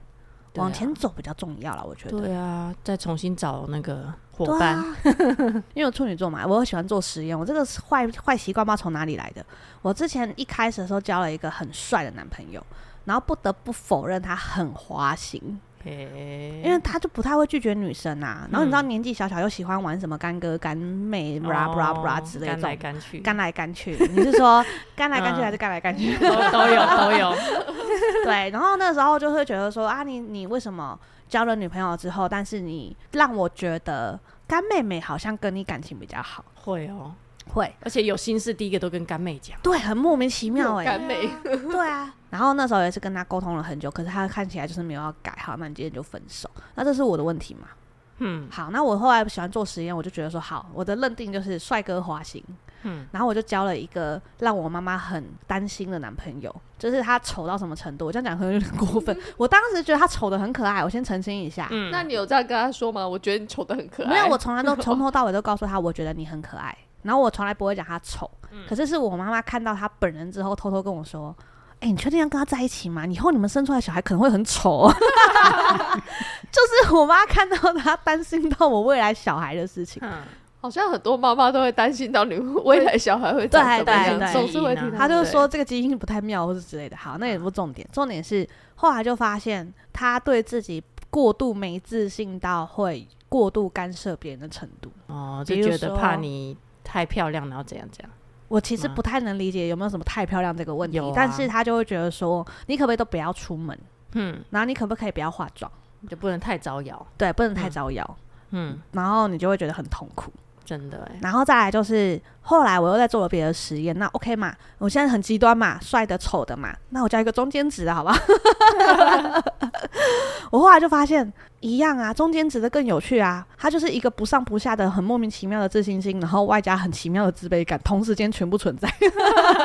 对啊
往前走比较重要了，我觉得。
对啊，再重新找那个
对
伙伴。
啊， 因为我处女座嘛，我很喜欢做实验。我这个坏坏习惯不知道从哪里来的。我之前一开始的时候交了一个很帅的男朋友，然后不得不否认他很花心。
嘿
因为他就不太会拒绝女生啊。然后你知道年纪小小又喜欢玩什么干哥干妹
嗯哦
，bra bra bra 之类的
干
这
来
种。
干去，
干来干去，你是 说干来干去
嗯
还是干来干 去？
都都有都有。
对，然后那时候就会觉得说啊，你你为什么交了女朋友之后，但是你让我觉得干妹妹好像跟你感情比较好，
会哦，
会
而且有心事第一个都跟干妹讲。
对，很莫名其妙哎、
干美，
对啊。然后那时候也是跟他沟通了很久，可是他看起来就是没有要改，好，那你今天就分手，那这是我的问题嘛？
嗯
好，那我后来喜欢做实验，我就觉得说好，我的认定就是帅哥花心，
嗯，
然后我就交了一个让我妈妈很担心的男朋友，就是他丑到什么程度？我这样讲可能有点过分，我当时觉得他丑的很可爱，我先澄清一下，
嗯，
那你有这样跟他说吗？我觉得你丑的很可爱。
没有，我从来都 从头到尾都告诉他，我觉得你很可
嗯
爱，然后我从来不会讲他丑，可是是我妈妈看到他本人之后，偷偷跟我说。哎、你确定要跟他在一起吗？以后你们生出来小孩可能会很丑、 哦。 就是我妈看到他担心到我未来小孩的事情，
嗯，
好像很多妈妈都会担心到你未来小孩会
对
长怎么
对
样，
对
总是会听
对
他就
们
说这个基因不太妙或者之类的。好，那
嗯
也不是重点，重点是后来就发现他对自己过度没自信到会过度干涉别人的程度。
哦，就
比如
觉得怕
说
你太漂亮，然后怎样怎样。
我其实
吗
不太能理解有没有什么太漂亮这个问题，
嗯有啊
但是他就会觉得说，你可不可以都不要出门，
嗯，
然后你可不可以不要化妆，
就不能太招摇。
对，不能太
嗯
招摇，
嗯，
然后你就会觉得很痛苦。
真的哎，
然后再来就是后来我又在做了别的实验，那 OK 嘛，我现在很极端嘛，帅的丑的嘛，那我叫一个中间值的好不 好？我后来就发现一样啊，中间值的更有趣啊，它就是一个不上不下的很莫名其妙的自信心，然后外加很奇妙的自卑感，同时间全部存在。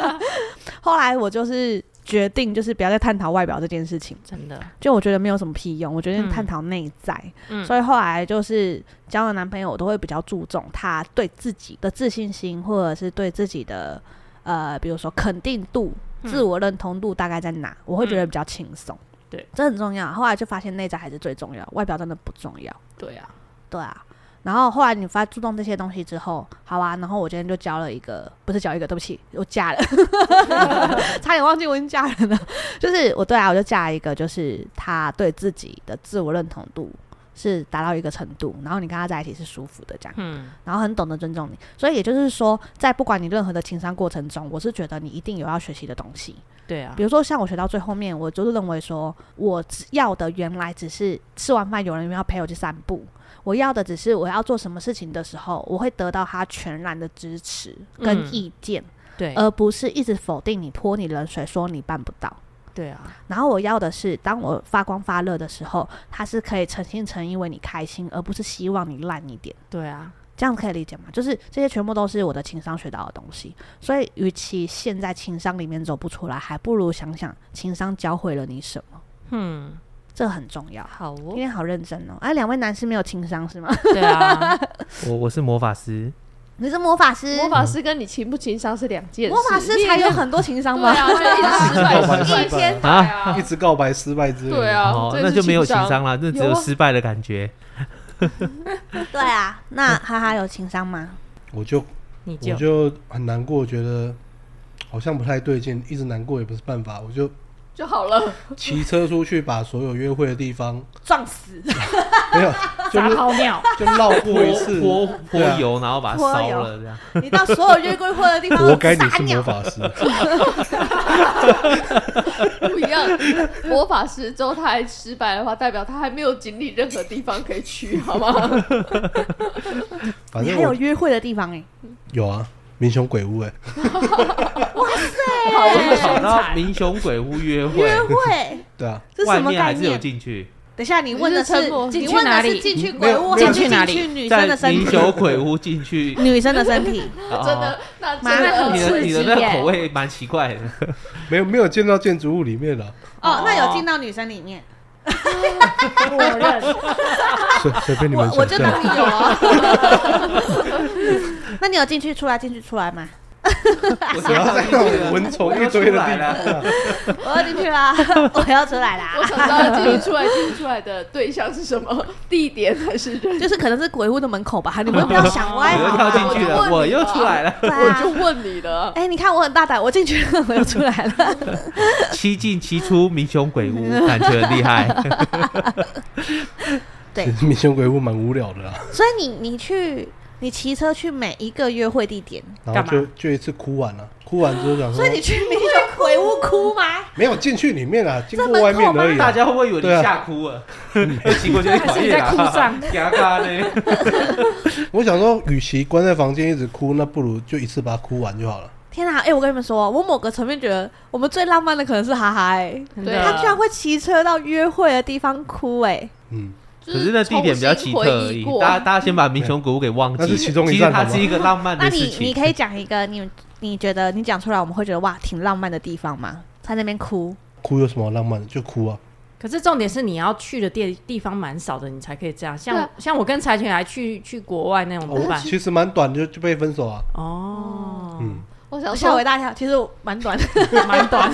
后来我就是决定，就是不要再探讨外表这件事情。
真的，
就我觉得没有什么屁用，我决定
嗯
探讨内在，
嗯
所以后来就是交了男朋友，我都会比较注重他对自己的自信心，或者是对自己的呃，比如说肯定度、
嗯
自我认同度大概在哪，我会觉得比较轻松。
对，
这很重要。后来就发现内在还是最重要，外表真的不重要。
对啊，
对啊。然后后来你发注重这些东西之后，好啊，然后我今天就交了一个，不是交一个，对不起，我嫁了， 差点忘记我已经嫁人了。就是我对啊，我就嫁了一个，就是他对自己的自我认同度是达到一个程度，然后你跟他在一起是舒服的这样，
嗯，
然后很懂得尊重你。所以也就是说，在不管你任何的情商过程中，我是觉得你一定有要学习的东西。
对啊
比，如说像我学到最后面，我就是认为说，我只要的原来只是吃完饭有人要陪我去散步，我要的只是我要做什么事情的时候，我会得到他全然的支持跟
嗯
意见，
对，
而不是一直否定你、泼你冷水，说你办不到。
对啊，
然后我要的是，当我发光发热的时候，他是可以诚心诚意为你开心，而不是希望你烂一点。
对啊，
这样可以理解吗？就是这些全部都是我的情商学到的东西，所以与其陷在情商里面走不出来，还不如想想情商教会了你什么，
嗯，
这很重要。
好
今
哦，
天好认真哦！哎、两位男士没有情商是吗？
对啊，
我我是魔法师，
你是魔法师，
魔法师跟你情不情商是两件事，
魔法师才有很多情商
对
吗？
啊，就一直失
一
败，
直
失败
失败
天才啊
一，直告白失败之类的。
对啊，
哦，
这
那
是
就没有情
情商。
商了，那只
有
有
啊
失败的感觉。
对啊， 那哈哈有情商吗？
我就
你就
我就很难过，觉得好像不太对劲，一直难过也不是办法，我就
就好了，
骑车出去，把所有约会的地方
撞 死，
没有，就
撒
是
泡尿，
就绕过一次。
泼泼
对啊
油，然后把它
泼
烧
油
了，这样
你到所有约会或的地方
活该你
撒
是魔
尿，
法师，
不一样。魔法师之后他还失败的话，代表他还没有经历任何地方可以去，好 吗？
反
你
正
还有
我
约会的地方哎、
有啊，民雄鬼屋哎、
好
我
了，
跑到民雄鬼屋约会，
哎约会
对啊，
这
外
什么
面
概
还是有
念？
进去，
等一下，你问的
你
是
是沉默
你
进去
问
哪
的是
里
进去
没
鬼
有
屋，
没有
还是
进去哪里
进去女生
在
的身
民
体？
雄鬼屋进 去，哦
女生的身体，
真
真的，那
妈
真的
很
你
刺
的
激
你的那
耶
口味蛮奇 怪的，
没有没有见到建筑物里面啊了，
哦，那有进到女生里面，
默认，
随随便你
我
们想
我就当
象。
你有 啊。那你有进去出来进去出来吗？
我
不要在那种蚊虫一堆的地方
了。
啊，
我要进去啦， 我要出来
我
啦。
想知道进出来进出来的对象是什么，地点还是人？
就是可能是鬼屋的门口 吧，你们不要想歪
我又
好
跳
吗？
进去了，我又出 来了，
对
我就
啊，
问你了，
哎，你看我很大胆，我进去了，我又出来 了。
七进七出，民雄鬼屋，感觉很厉害。
对
其， 实民雄鬼屋蛮无聊的啊 啦，
所以你你去你骑车去每一个约会地点，
然
干
后
嘛
就就一次哭完了，哭完之后想说
所以你去那个鬼屋哭吗？
没有进去里面啊，经
门
过外面
口吗
而已
大
啊。
家会不会以为啊
对
你
啊
吓哭了？ 又骑过去一口
还是你
气
在哭 丧
牙嘎呢？
我想说，与其关在房间一直哭，那不如就一次把它哭完就好了。
天啊！哎、我跟你们说，我某个层面觉得我们最浪漫的可能是哈哈、欸，
真
对
他
的
居然会骑车到约会的地方哭、哎，
嗯，
就
可是那地点比较
重
奇
新
特而
回
已
忆，过
大家大家先把民雄鬼屋给忘
那
记，
是其中一
其实
站好
它
吗
是一个浪漫
那
的事
你
情。
你可以讲一个你你觉得你讲出来我们会觉得哇挺浪漫的地方吗？在那边哭，
哭有什么好浪漫的？就哭啊！
可是重点是你要去的地地方蛮少的，你才可以这样。
对
像
啊
像我跟柴犬还去去国外那种
哦
办
我其实蛮短，就就被分手啊。
哦，
嗯，
我我想
吓我
说
一大跳，其实我蛮短的，
蛮短，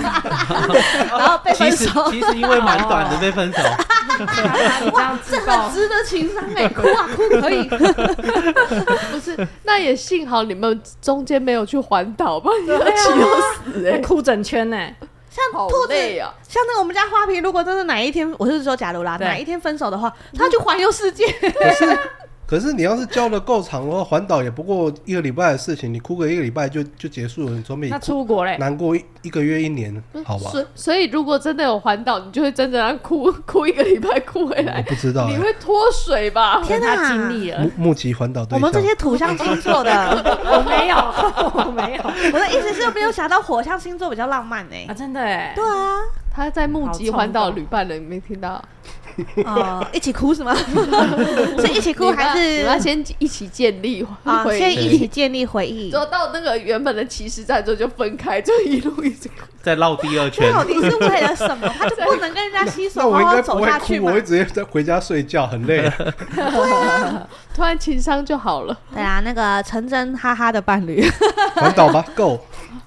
然后被
其
分
实
手，哦
其实因为蛮短的被分手，
你这样自
这
爆
哦
很，值得情商哎，哭啊哭可以，
不是，那也幸好你们中间没有去环岛吧，你要
啊
气要死哎、
会哭整圈欸呢。
好
兔子
累啊！
像那个我们家花瓶，如果真的哪一天，我是说假如啦，
对
哪一天分手的话，他去环游世界，
可是可是你要是交的够长的话，环岛也不过一个礼拜的事情，你哭个一个礼拜就就结束了，你总比
那出国嘞，
难过一一个月一年
嗯
好吧？
所以所以如果真的有环岛，你就会真的让哭 哭一个礼拜哭回
我
来，
不知道、
你
欸，
会脱水吧？
天哪
他经历了
目，目击环岛对
我们
象
这，些土象星座的，
我没有，我没有
我的意思是没有想到火象星座比较浪漫哎
啊，，真的哎
对，啊，
他在募
好冲
集
动
环岛旅伴了，你没听到？
哦，一起哭是吗？是一起哭还
你们要
是
先一起建立
啊？
回
先
忆
一起建立回忆
之。后到那个原本的起始站之后就分开，就一路一直哭。
再绕第二圈。
到底是为了什么？他就不能跟人家携
那
手
我
好
应
好
该不
走
会
下去
哭，哦
吗
我？会直接在回家睡觉，很累、啊。
突然情商就好了，
对啊，那个陈真哈哈的伴侣，啊
环岛吧，够。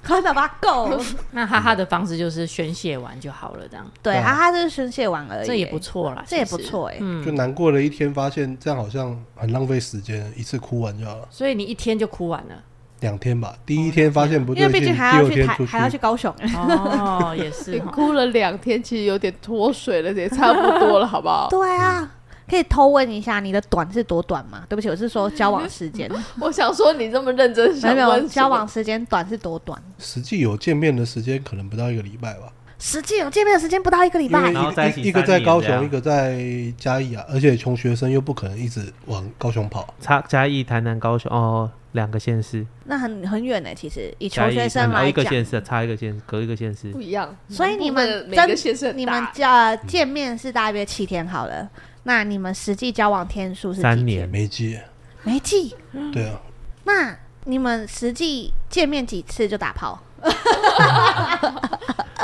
快点吧，
啊
够。
那哈哈的方式就是宣泄完就好了，这样
对，
对
哈哈就是宣泄完而已，
这也不，错啦，
这也
其实嗯
不。错哎。
就难过了一天，发现这样好像很浪费时间，一次哭完就好了。
所以你一天就哭完 了
两天吧，第一天发现不
因
对
为毕
劲，
竟
第
还要
二
去
天
台
出，
还要去高雄，
哦，也
你
是哈。
哭了两天，其实有点脱水了，也差不多了，好不好？
对啊，可以偷问一下你的短是多短吗？对不起，我是说交往时间，
我想说，你这么认真
没有
想
没
问
有，交往时间短是多短？
实际有见面的时间可能不到一个礼拜吧，
实际有见面的时间不到一个礼
因为
拜
一，
然后
个
在一起
一一个
三
在
年
高
这
雄，
样
一个在嘉义啊，而且穷学生又不可能一直往高雄跑，
差嘉义、台南、高雄哦，两个县市，
那很很远呢。其实以
嘉
求
义
学生
嗯哦
来
一个
讲，嗯
县市，差一个县，隔一个县市
不。一样，
所以你们
每
真
个县市很大
你们呃见面是大约七天好了，那你们实际交往天数是几
三
天
年
没接。
没记？
对啊，
那你们实际见面几次就打 炮？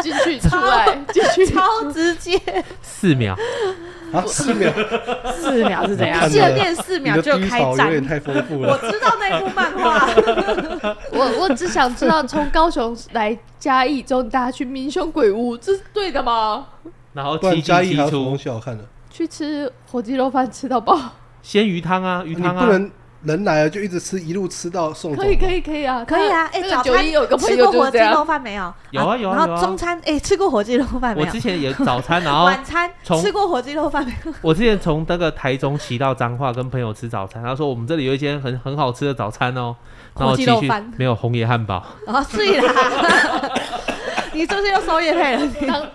进去出 来，进去
超直接，
四秒，
啊，四秒，
四秒是怎样
看？
见面四
你
秒
的
就
低
开
潮有
战。
点太丰富
我
了。
知道那部漫 画，
我我只想知道，从高雄来嘉义之后，你带他去民雄鬼屋，这是对的吗？
然后
不
七
然嘉义
进
还有
七
什么东
出，
西好看的？
去吃火鸡肉饭吃到饱，
鲜鱼汤啊，鱼
你
汤
不
啊，
能人来了就一直吃，一路吃到送走。
可以可以，可以啊，
可以啊。
那
哎，
个
早
九
餐
一有个朋
吃
友
过
就
火
是这
鸡
样
肉，饭没有？
有啊有啊
然
有
后
啊
中餐哎，吃过火鸡肉饭没
我
有
之？前也早餐，然后
晚餐
从
吃过火鸡肉饭没有？
我之前从那个台中骑到彰化，跟朋友吃早餐，他说我们这里有一间很很好吃的早餐哦，然后
火
我
鸡
继
肉
续
饭
没有红叶汉堡，
哦，睡啦。 你是不是又收叶配了？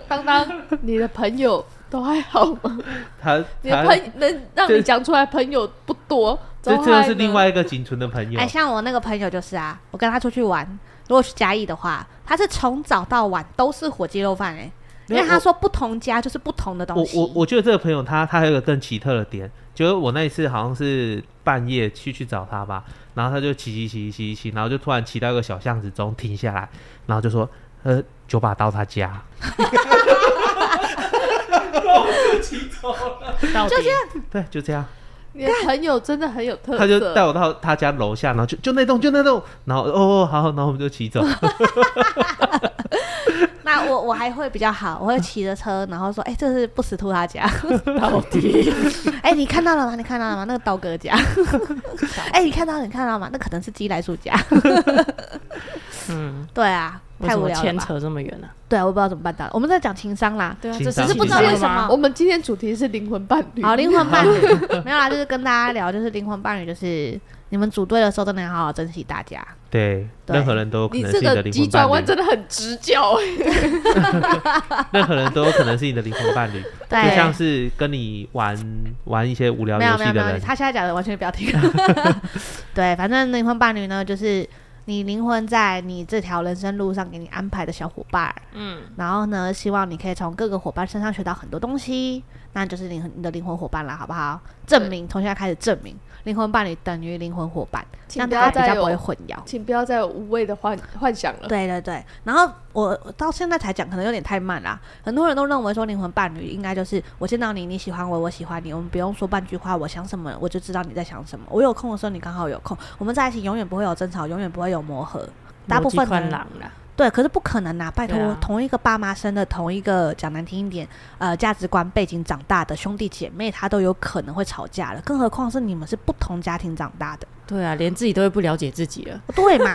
当当当，你的朋友都还好吗？
他
你的
他
朋能让你讲出来朋友不多，
这
都
真的
还
是另
呢
外一个仅存的朋友
哎，，像我那个朋友就是啊，我跟他出去玩，如果去嘉义的话，他是从早到晚都是火鸡肉饭哎、因为
没有
他
我
说不同家就是不同的东
我
西。
我我觉得这个朋友他他还有一个更奇特的点，就是我那一次好像是半夜去去找他吧，然后他就骑骑骑骑骑，然后就突然骑到一个小巷子中停下来，然后就说呃九把刀他家，
到底
对，就这样，
你的朋友真的很有特色。
他就带我到他家楼下，然后就就那栋就那栋，然后哦哦好，然后我们就骑 走，
那我我还会比较好，我会骑着车，然后说，哎、这是不死兔他家。
到底
哎、你看到了吗？你看到了吗？那个刀哥家。哎、你看到了？你看到了吗？那可能是鸡来树家。
嗯，
对啊，
为
太
什
无
么
聊了
牵
吧。
扯这么远呢？
对啊，我不知道怎么办到的。我们在讲情商啦。
对啊，
情
这
商
只是不知道为什么
我们今天主题是灵魂伴侣，
好，灵魂伴 侣没有啦，就是跟大家聊，就是灵魂伴侣，就是你们组队的时候真的要好好珍惜大家。
对，
对
任何人都有可
你
能
这
是你的
个
灵
急
魂
转弯
伴侣
真，的很直角哎、
任何人都有可能是你的灵魂伴侣，
对，
就像是跟你玩玩一些无聊
没有
游
没
戏
有没
的
有，
人，
他现在讲的完全不要 听。对，反正灵魂伴侣呢，就是你灵魂在你这条人生路上给你安排的小伙伴。嗯，然后呢，希望你可以从各个伙伴身上学到很多东西，那就是灵魂你的灵魂伙伴啦，好不好？证明从现在开始证明灵魂伴侣等于灵魂伙伴，这
请
样
不
大
要
家比
再
较不会
有，
混淆。
请不要再有无谓的幻幻想了。
对对对，然后我我到现在才讲，可能有点太慢啦。很多人都认为说灵魂伴侣应该就是我见到你，你喜欢我，我喜欢你，我们不用说半句话，我想什么我就知道你在想什么。我有空的时候你刚好有空，我们在一起永远不会有争吵，永远不会有磨合。大部分的
宽
人
朗啦，
对，可是不可能啊！拜托，
对啊
同一个爸妈生的，同一个讲难听一点，呃，价值观背景长大的兄弟姐妹，他都有可能会吵架了，更何况是你们是不同家庭长大的，
对啊，连自己都会不了解自己了。
哦对嘛？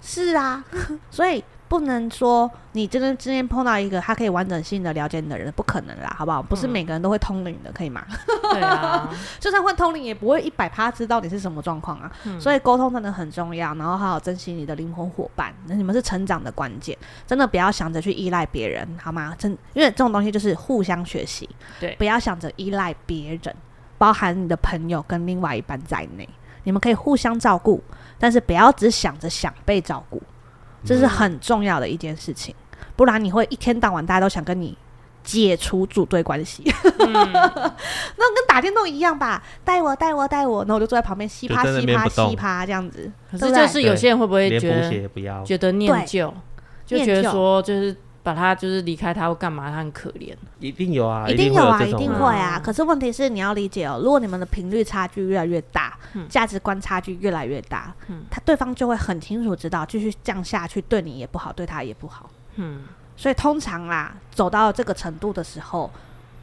是啊，所以不能说你真的今天碰到一个他可以完整性的了解你的人，不可能啦，好不好？不是
嗯
每个人都会通灵的，可以吗？
对啊，
就算会通灵，也不会一百趴知道你是什么状况啊。
嗯
所以沟通真的很重要，然后好好珍惜你的灵魂伙伴，那你们是成长的关键。真的不要想着去依赖别人，好吗？真因为这种东西就是互相学习，
对
不要想着依赖别人，包含你的朋友跟另外一半在内，你们可以互相照顾，但是不要只想着想被照顾，这是很重要的一件事情，不然你会一天到晚大家都想跟你。解除组队关系， 那跟打电动一样吧，带我带我带我，然后我就坐在旁边嘻啪
就在那
嘻
边
啪
不动
嘻啪这样子，
可
对
是
不对
就是有些人会不会
连
觉
补
得
血也不要，
觉得念
对
旧，就
念
觉得
旧
说就是把他就是离开他或干嘛，他很可怜。
一定有啊，
一
定
定
会
有啊，
这
一
种
定
人
会啊。可是问题是，你要理解哦，如果你们的频率差距越来越大，价值观差距越来越大，他对方就会很清楚知道，继续这样下去对你也不好，对他也不好。
嗯，
所以通常啦，走到这个程度的时候，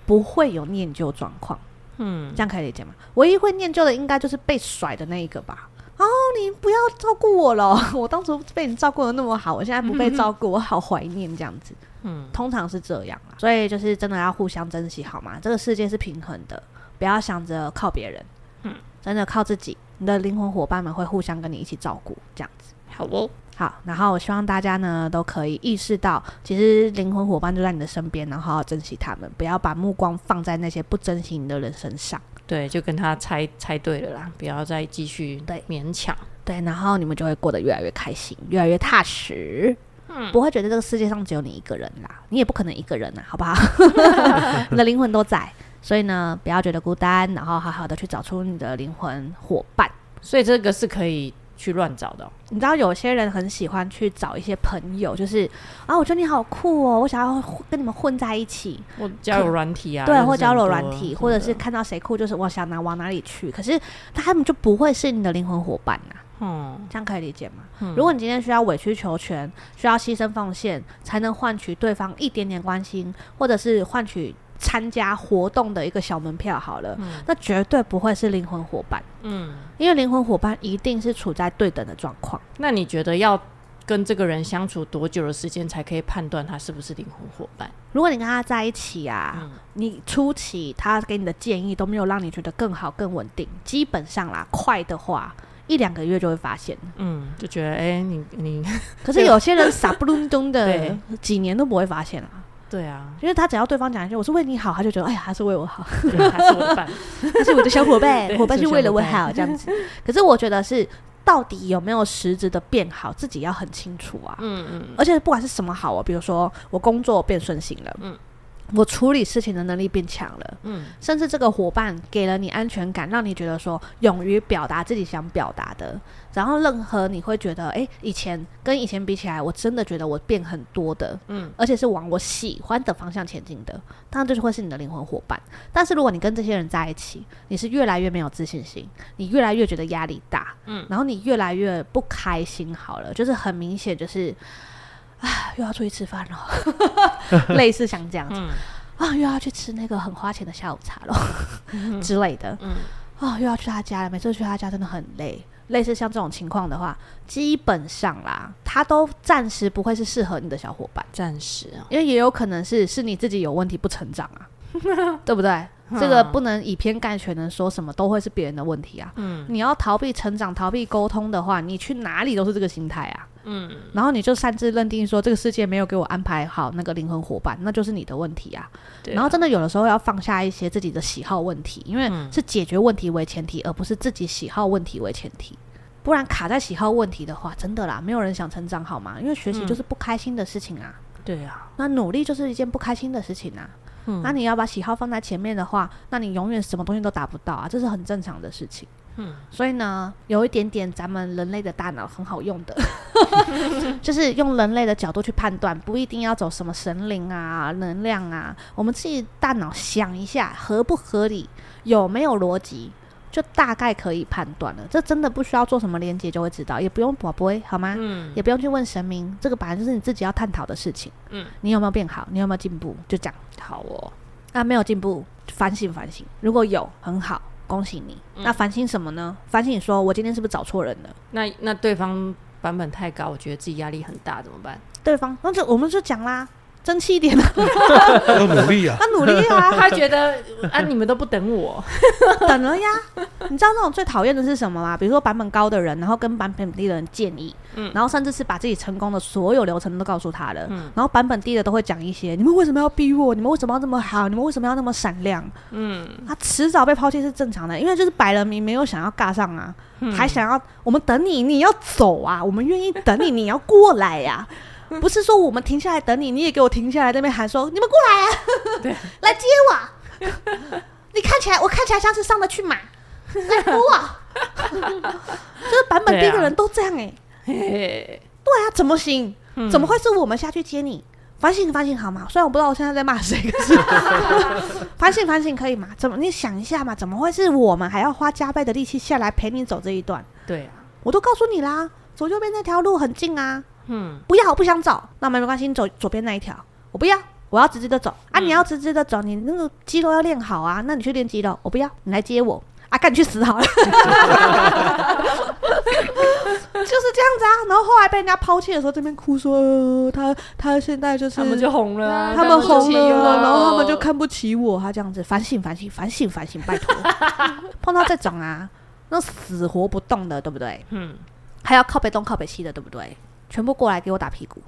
不会有念旧状况。嗯，这样可以理解吗？唯一会念旧的，应该就是被甩的那一个吧。哦，你不要照顾我了， 我当初被你照顾的那么好，我现在不被照顾，我好怀念这样子。嗯，通常是这样啦，所以就是真的要互相珍惜，好吗？这个世界是平衡的，不要想着靠别人，嗯，真的靠自己，你的灵魂伙伴们会互相跟你一起照顾，这样子。
好哦，
好，然后我希望大家呢都可以意识到，其实灵魂伙伴就在你的身边，然后好好珍惜他们，不要把目光放在那些不珍惜你的人身上。
对，就跟他猜猜对了啦，不要再继续
对
勉强。
对，然后你们就会过得越来越开心，越来越踏实。
嗯
不会觉得这个世界上只有你一个人啦，你也不可能一个人啊，好不 好？你的灵魂都在，所以呢，不要觉得孤单，然后好好的去找出你的灵魂伙伴。
所以这个是可以去乱找的哦、
你知道有些人很喜欢去找一些朋友，就是啊，我觉得你好酷哦，我想要跟你们混在一起，
或交友软体啊，
对，
认
或
识很
交友
多
软
什
体，
么
或者
的
是看到谁酷，就是我想拿往哪里去。可是他们就不会是你的灵魂伙伴啊呐、
嗯，
这样可以理解吗？如果你今天需要委曲求全，需要牺牲奉献，才能换取对方一点点关心，或者是换取参加活动的一个小门票，好了，那绝对不会是灵魂伙伴。
嗯，
因为灵魂伙伴一定是处在对等的状况。
那你觉得要跟这个人相处多久的时间才可以判断他是不是灵魂伙伴？
如果你跟他在一起啊，
嗯
你初期他给你的建议都没有让你觉得更好、更稳定，基本上啦，快的话一两个月就会发现。
嗯，就觉得哎、你你
可是有些人傻不隆咚的
啊对，
几年都不会发现啊，
对啊，
因为他只要对方讲一句“我是为你好”，他就觉得哎呀，他是为我好，
对啊他是我的伴，
他是我的小伙伴，
对
伙伴是为了我
是小伙
好这样子。可是我觉得是到底有没有实质的变好，自己要很清楚啊。
嗯嗯，
而且不管是什么好哦，比如说我工作变顺心了，
嗯
我处理事情的能力变强了，
嗯
甚至这个伙伴给了你安全感，让你觉得说勇于表达自己想表达的，然后任何你会觉得，诶，以前跟以前比起来，我真的觉得我变很多的，
嗯，
而且是往我喜欢的方向前进的，当然这就会是你的灵魂伙伴。但是如果你跟这些人在一起，你是越来越没有自信心，你越来越觉得压力大，嗯，然后你越来越不开心，好了，就是很明显就是。啊，又要出去吃饭了，类似像这样子、啊，又要去吃那个很花钱的下午茶了、之类的，啊，又要去他家了，每次去他家真的很累。类似像这种情况的话，基本上啦，他都暂时不会是适合你的小伙伴，
暂时啊，
因为也有可能是是你自己有问题不成长啊，对不对？这个不能以偏概全的说什么都会是别人的问题啊。嗯，你要逃避成长、逃避沟通的话，你去哪里都是这个心态啊。嗯，然后你就擅自认定说这个世界没有给我安排好那个灵魂伙伴，那就是你的问题啊。
对啊嗯
然后真的有的时候要放下一些自己的喜好问题，因为是解决问题为前提，而不是自己喜好问题为前提。不然卡在喜好问题的话，真的啦，没有人想成长好吗？因为学习就是不开心的事情啊。
对啊，
那努力就是一件不开心的事情啊。
嗯
那你要把喜好放在前面的话，那你永远什么东西都达不到啊，这是很正常的事情。嗯，所以呢，有一点点咱们人类的大脑很好用的， 就是用人类的角度去判断，不一定要走什么神灵啊、能量啊，我们自己大脑想一下合不合理，有没有逻辑，就大概可以判断了。这真的不需要做什么连接就会知道，也不用宝贝好吗？
嗯
也不用去问神明，这个本来就是你自己要探讨的事情。
嗯，
你有没有变好？你有没有进步？就这样。
好哦，
啊，没有进步，反省反省。如果有，很好，恭喜你。那反省什么呢？反省说我今天是不是找错人了？
那那对方版本太高，我觉得自己压力很大，怎么办？
对方，那就我们就讲啦，争气一 点啊，
要努力啊！
他努力啊，
他觉得啊，你们都不等我，
等了呀。你知道那种最讨厌的是什么吗？比如说版本高的人，然后跟版本低的人建议，
嗯
然后甚至是把自己成功的所有流程都告诉他了，
嗯
然后版本低的都会讲一些，你们为什么要逼我？你们为什么要那么好？你们为什么要那么闪亮？
嗯，
他迟早被抛弃是正常的，因为就是摆了明没有想要尬上啊，
嗯
还想要我们等你，你要走啊，我们愿意等你，你要过来 呀、不是说我们停下来等你，你也给我停下来那边喊说你们过来
对
啊， 来接我，啊你看起来我看起来像是上得去马，来扶 我，啊就是版
啊
本第一个人都这样哎、欸，
嘿嘿
对啊，怎么行？怎么会是我们下去接你？反省反省好吗？虽然我不知道我现在在骂谁，可是 反省反省可以吗？怎么你想一下嘛？怎么会是我们还要花加倍的力气下来陪你走这一段？
对啊，
我都告诉你啦，左右边那条路很近啊，
嗯
不要，我不想走。那没没关系，你走左边那一条，我不要，我要直直的走啊！你要直直的走，你那个肌肉要练好啊，那你去练肌肉，我不要，你来接我啊！干你去死好了，就是这样子啊。然后后来被人家抛弃的时候，这边哭说、呃他他现在就是
他们就红了啊，
他们红
看不起
了
我
啊，然后他们就看不起我，他这样子反省反省反省反省，拜托，碰到这种啊，那死活不动的，对不对？
嗯，
还要靠北东靠北西的，对不对？全部过来给我打屁股，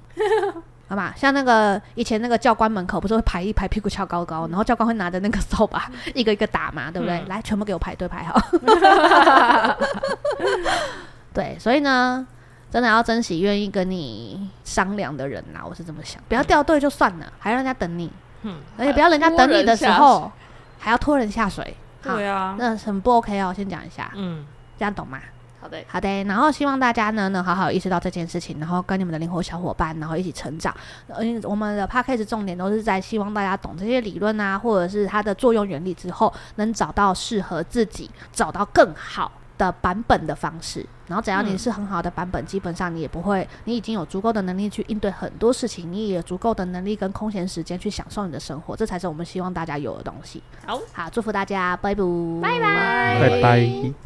好吧？像那个以前那个教官门口不是会排一排，屁股翘高高，然后教官会拿着那个扫把一个一个打嘛，对不对？
嗯
来，全部给我排队排好。 对，所以呢，真的要珍惜愿意跟你商量的人啊啦，我是这么想。不要掉队就算了，还让人家等你，
嗯
而且不要人家等你的时候还要拖人下水，好
对啊，
那很不 OK 哦。先讲一下，
嗯，
这样懂吗？
好的，
好的，然后希望大家呢能好好意识到这件事情，然后跟你们的灵活小伙伴，然后一起成长。呃因为我们的 p a c k a g e 重点都是在希望大家懂这些理论啊，或者是它的作用原理之后，能找到适合自己、找到更好的版本的方式。然后只要你
嗯
是很好的版本，基本上你也不会，你已经有足够的能力去应对很多事情，你也有足够的能力跟空闲时间去享受你的生活，这才是我们希望大家有的东西。
好。
好，祝福大家，拜拜，拜
拜
拜拜。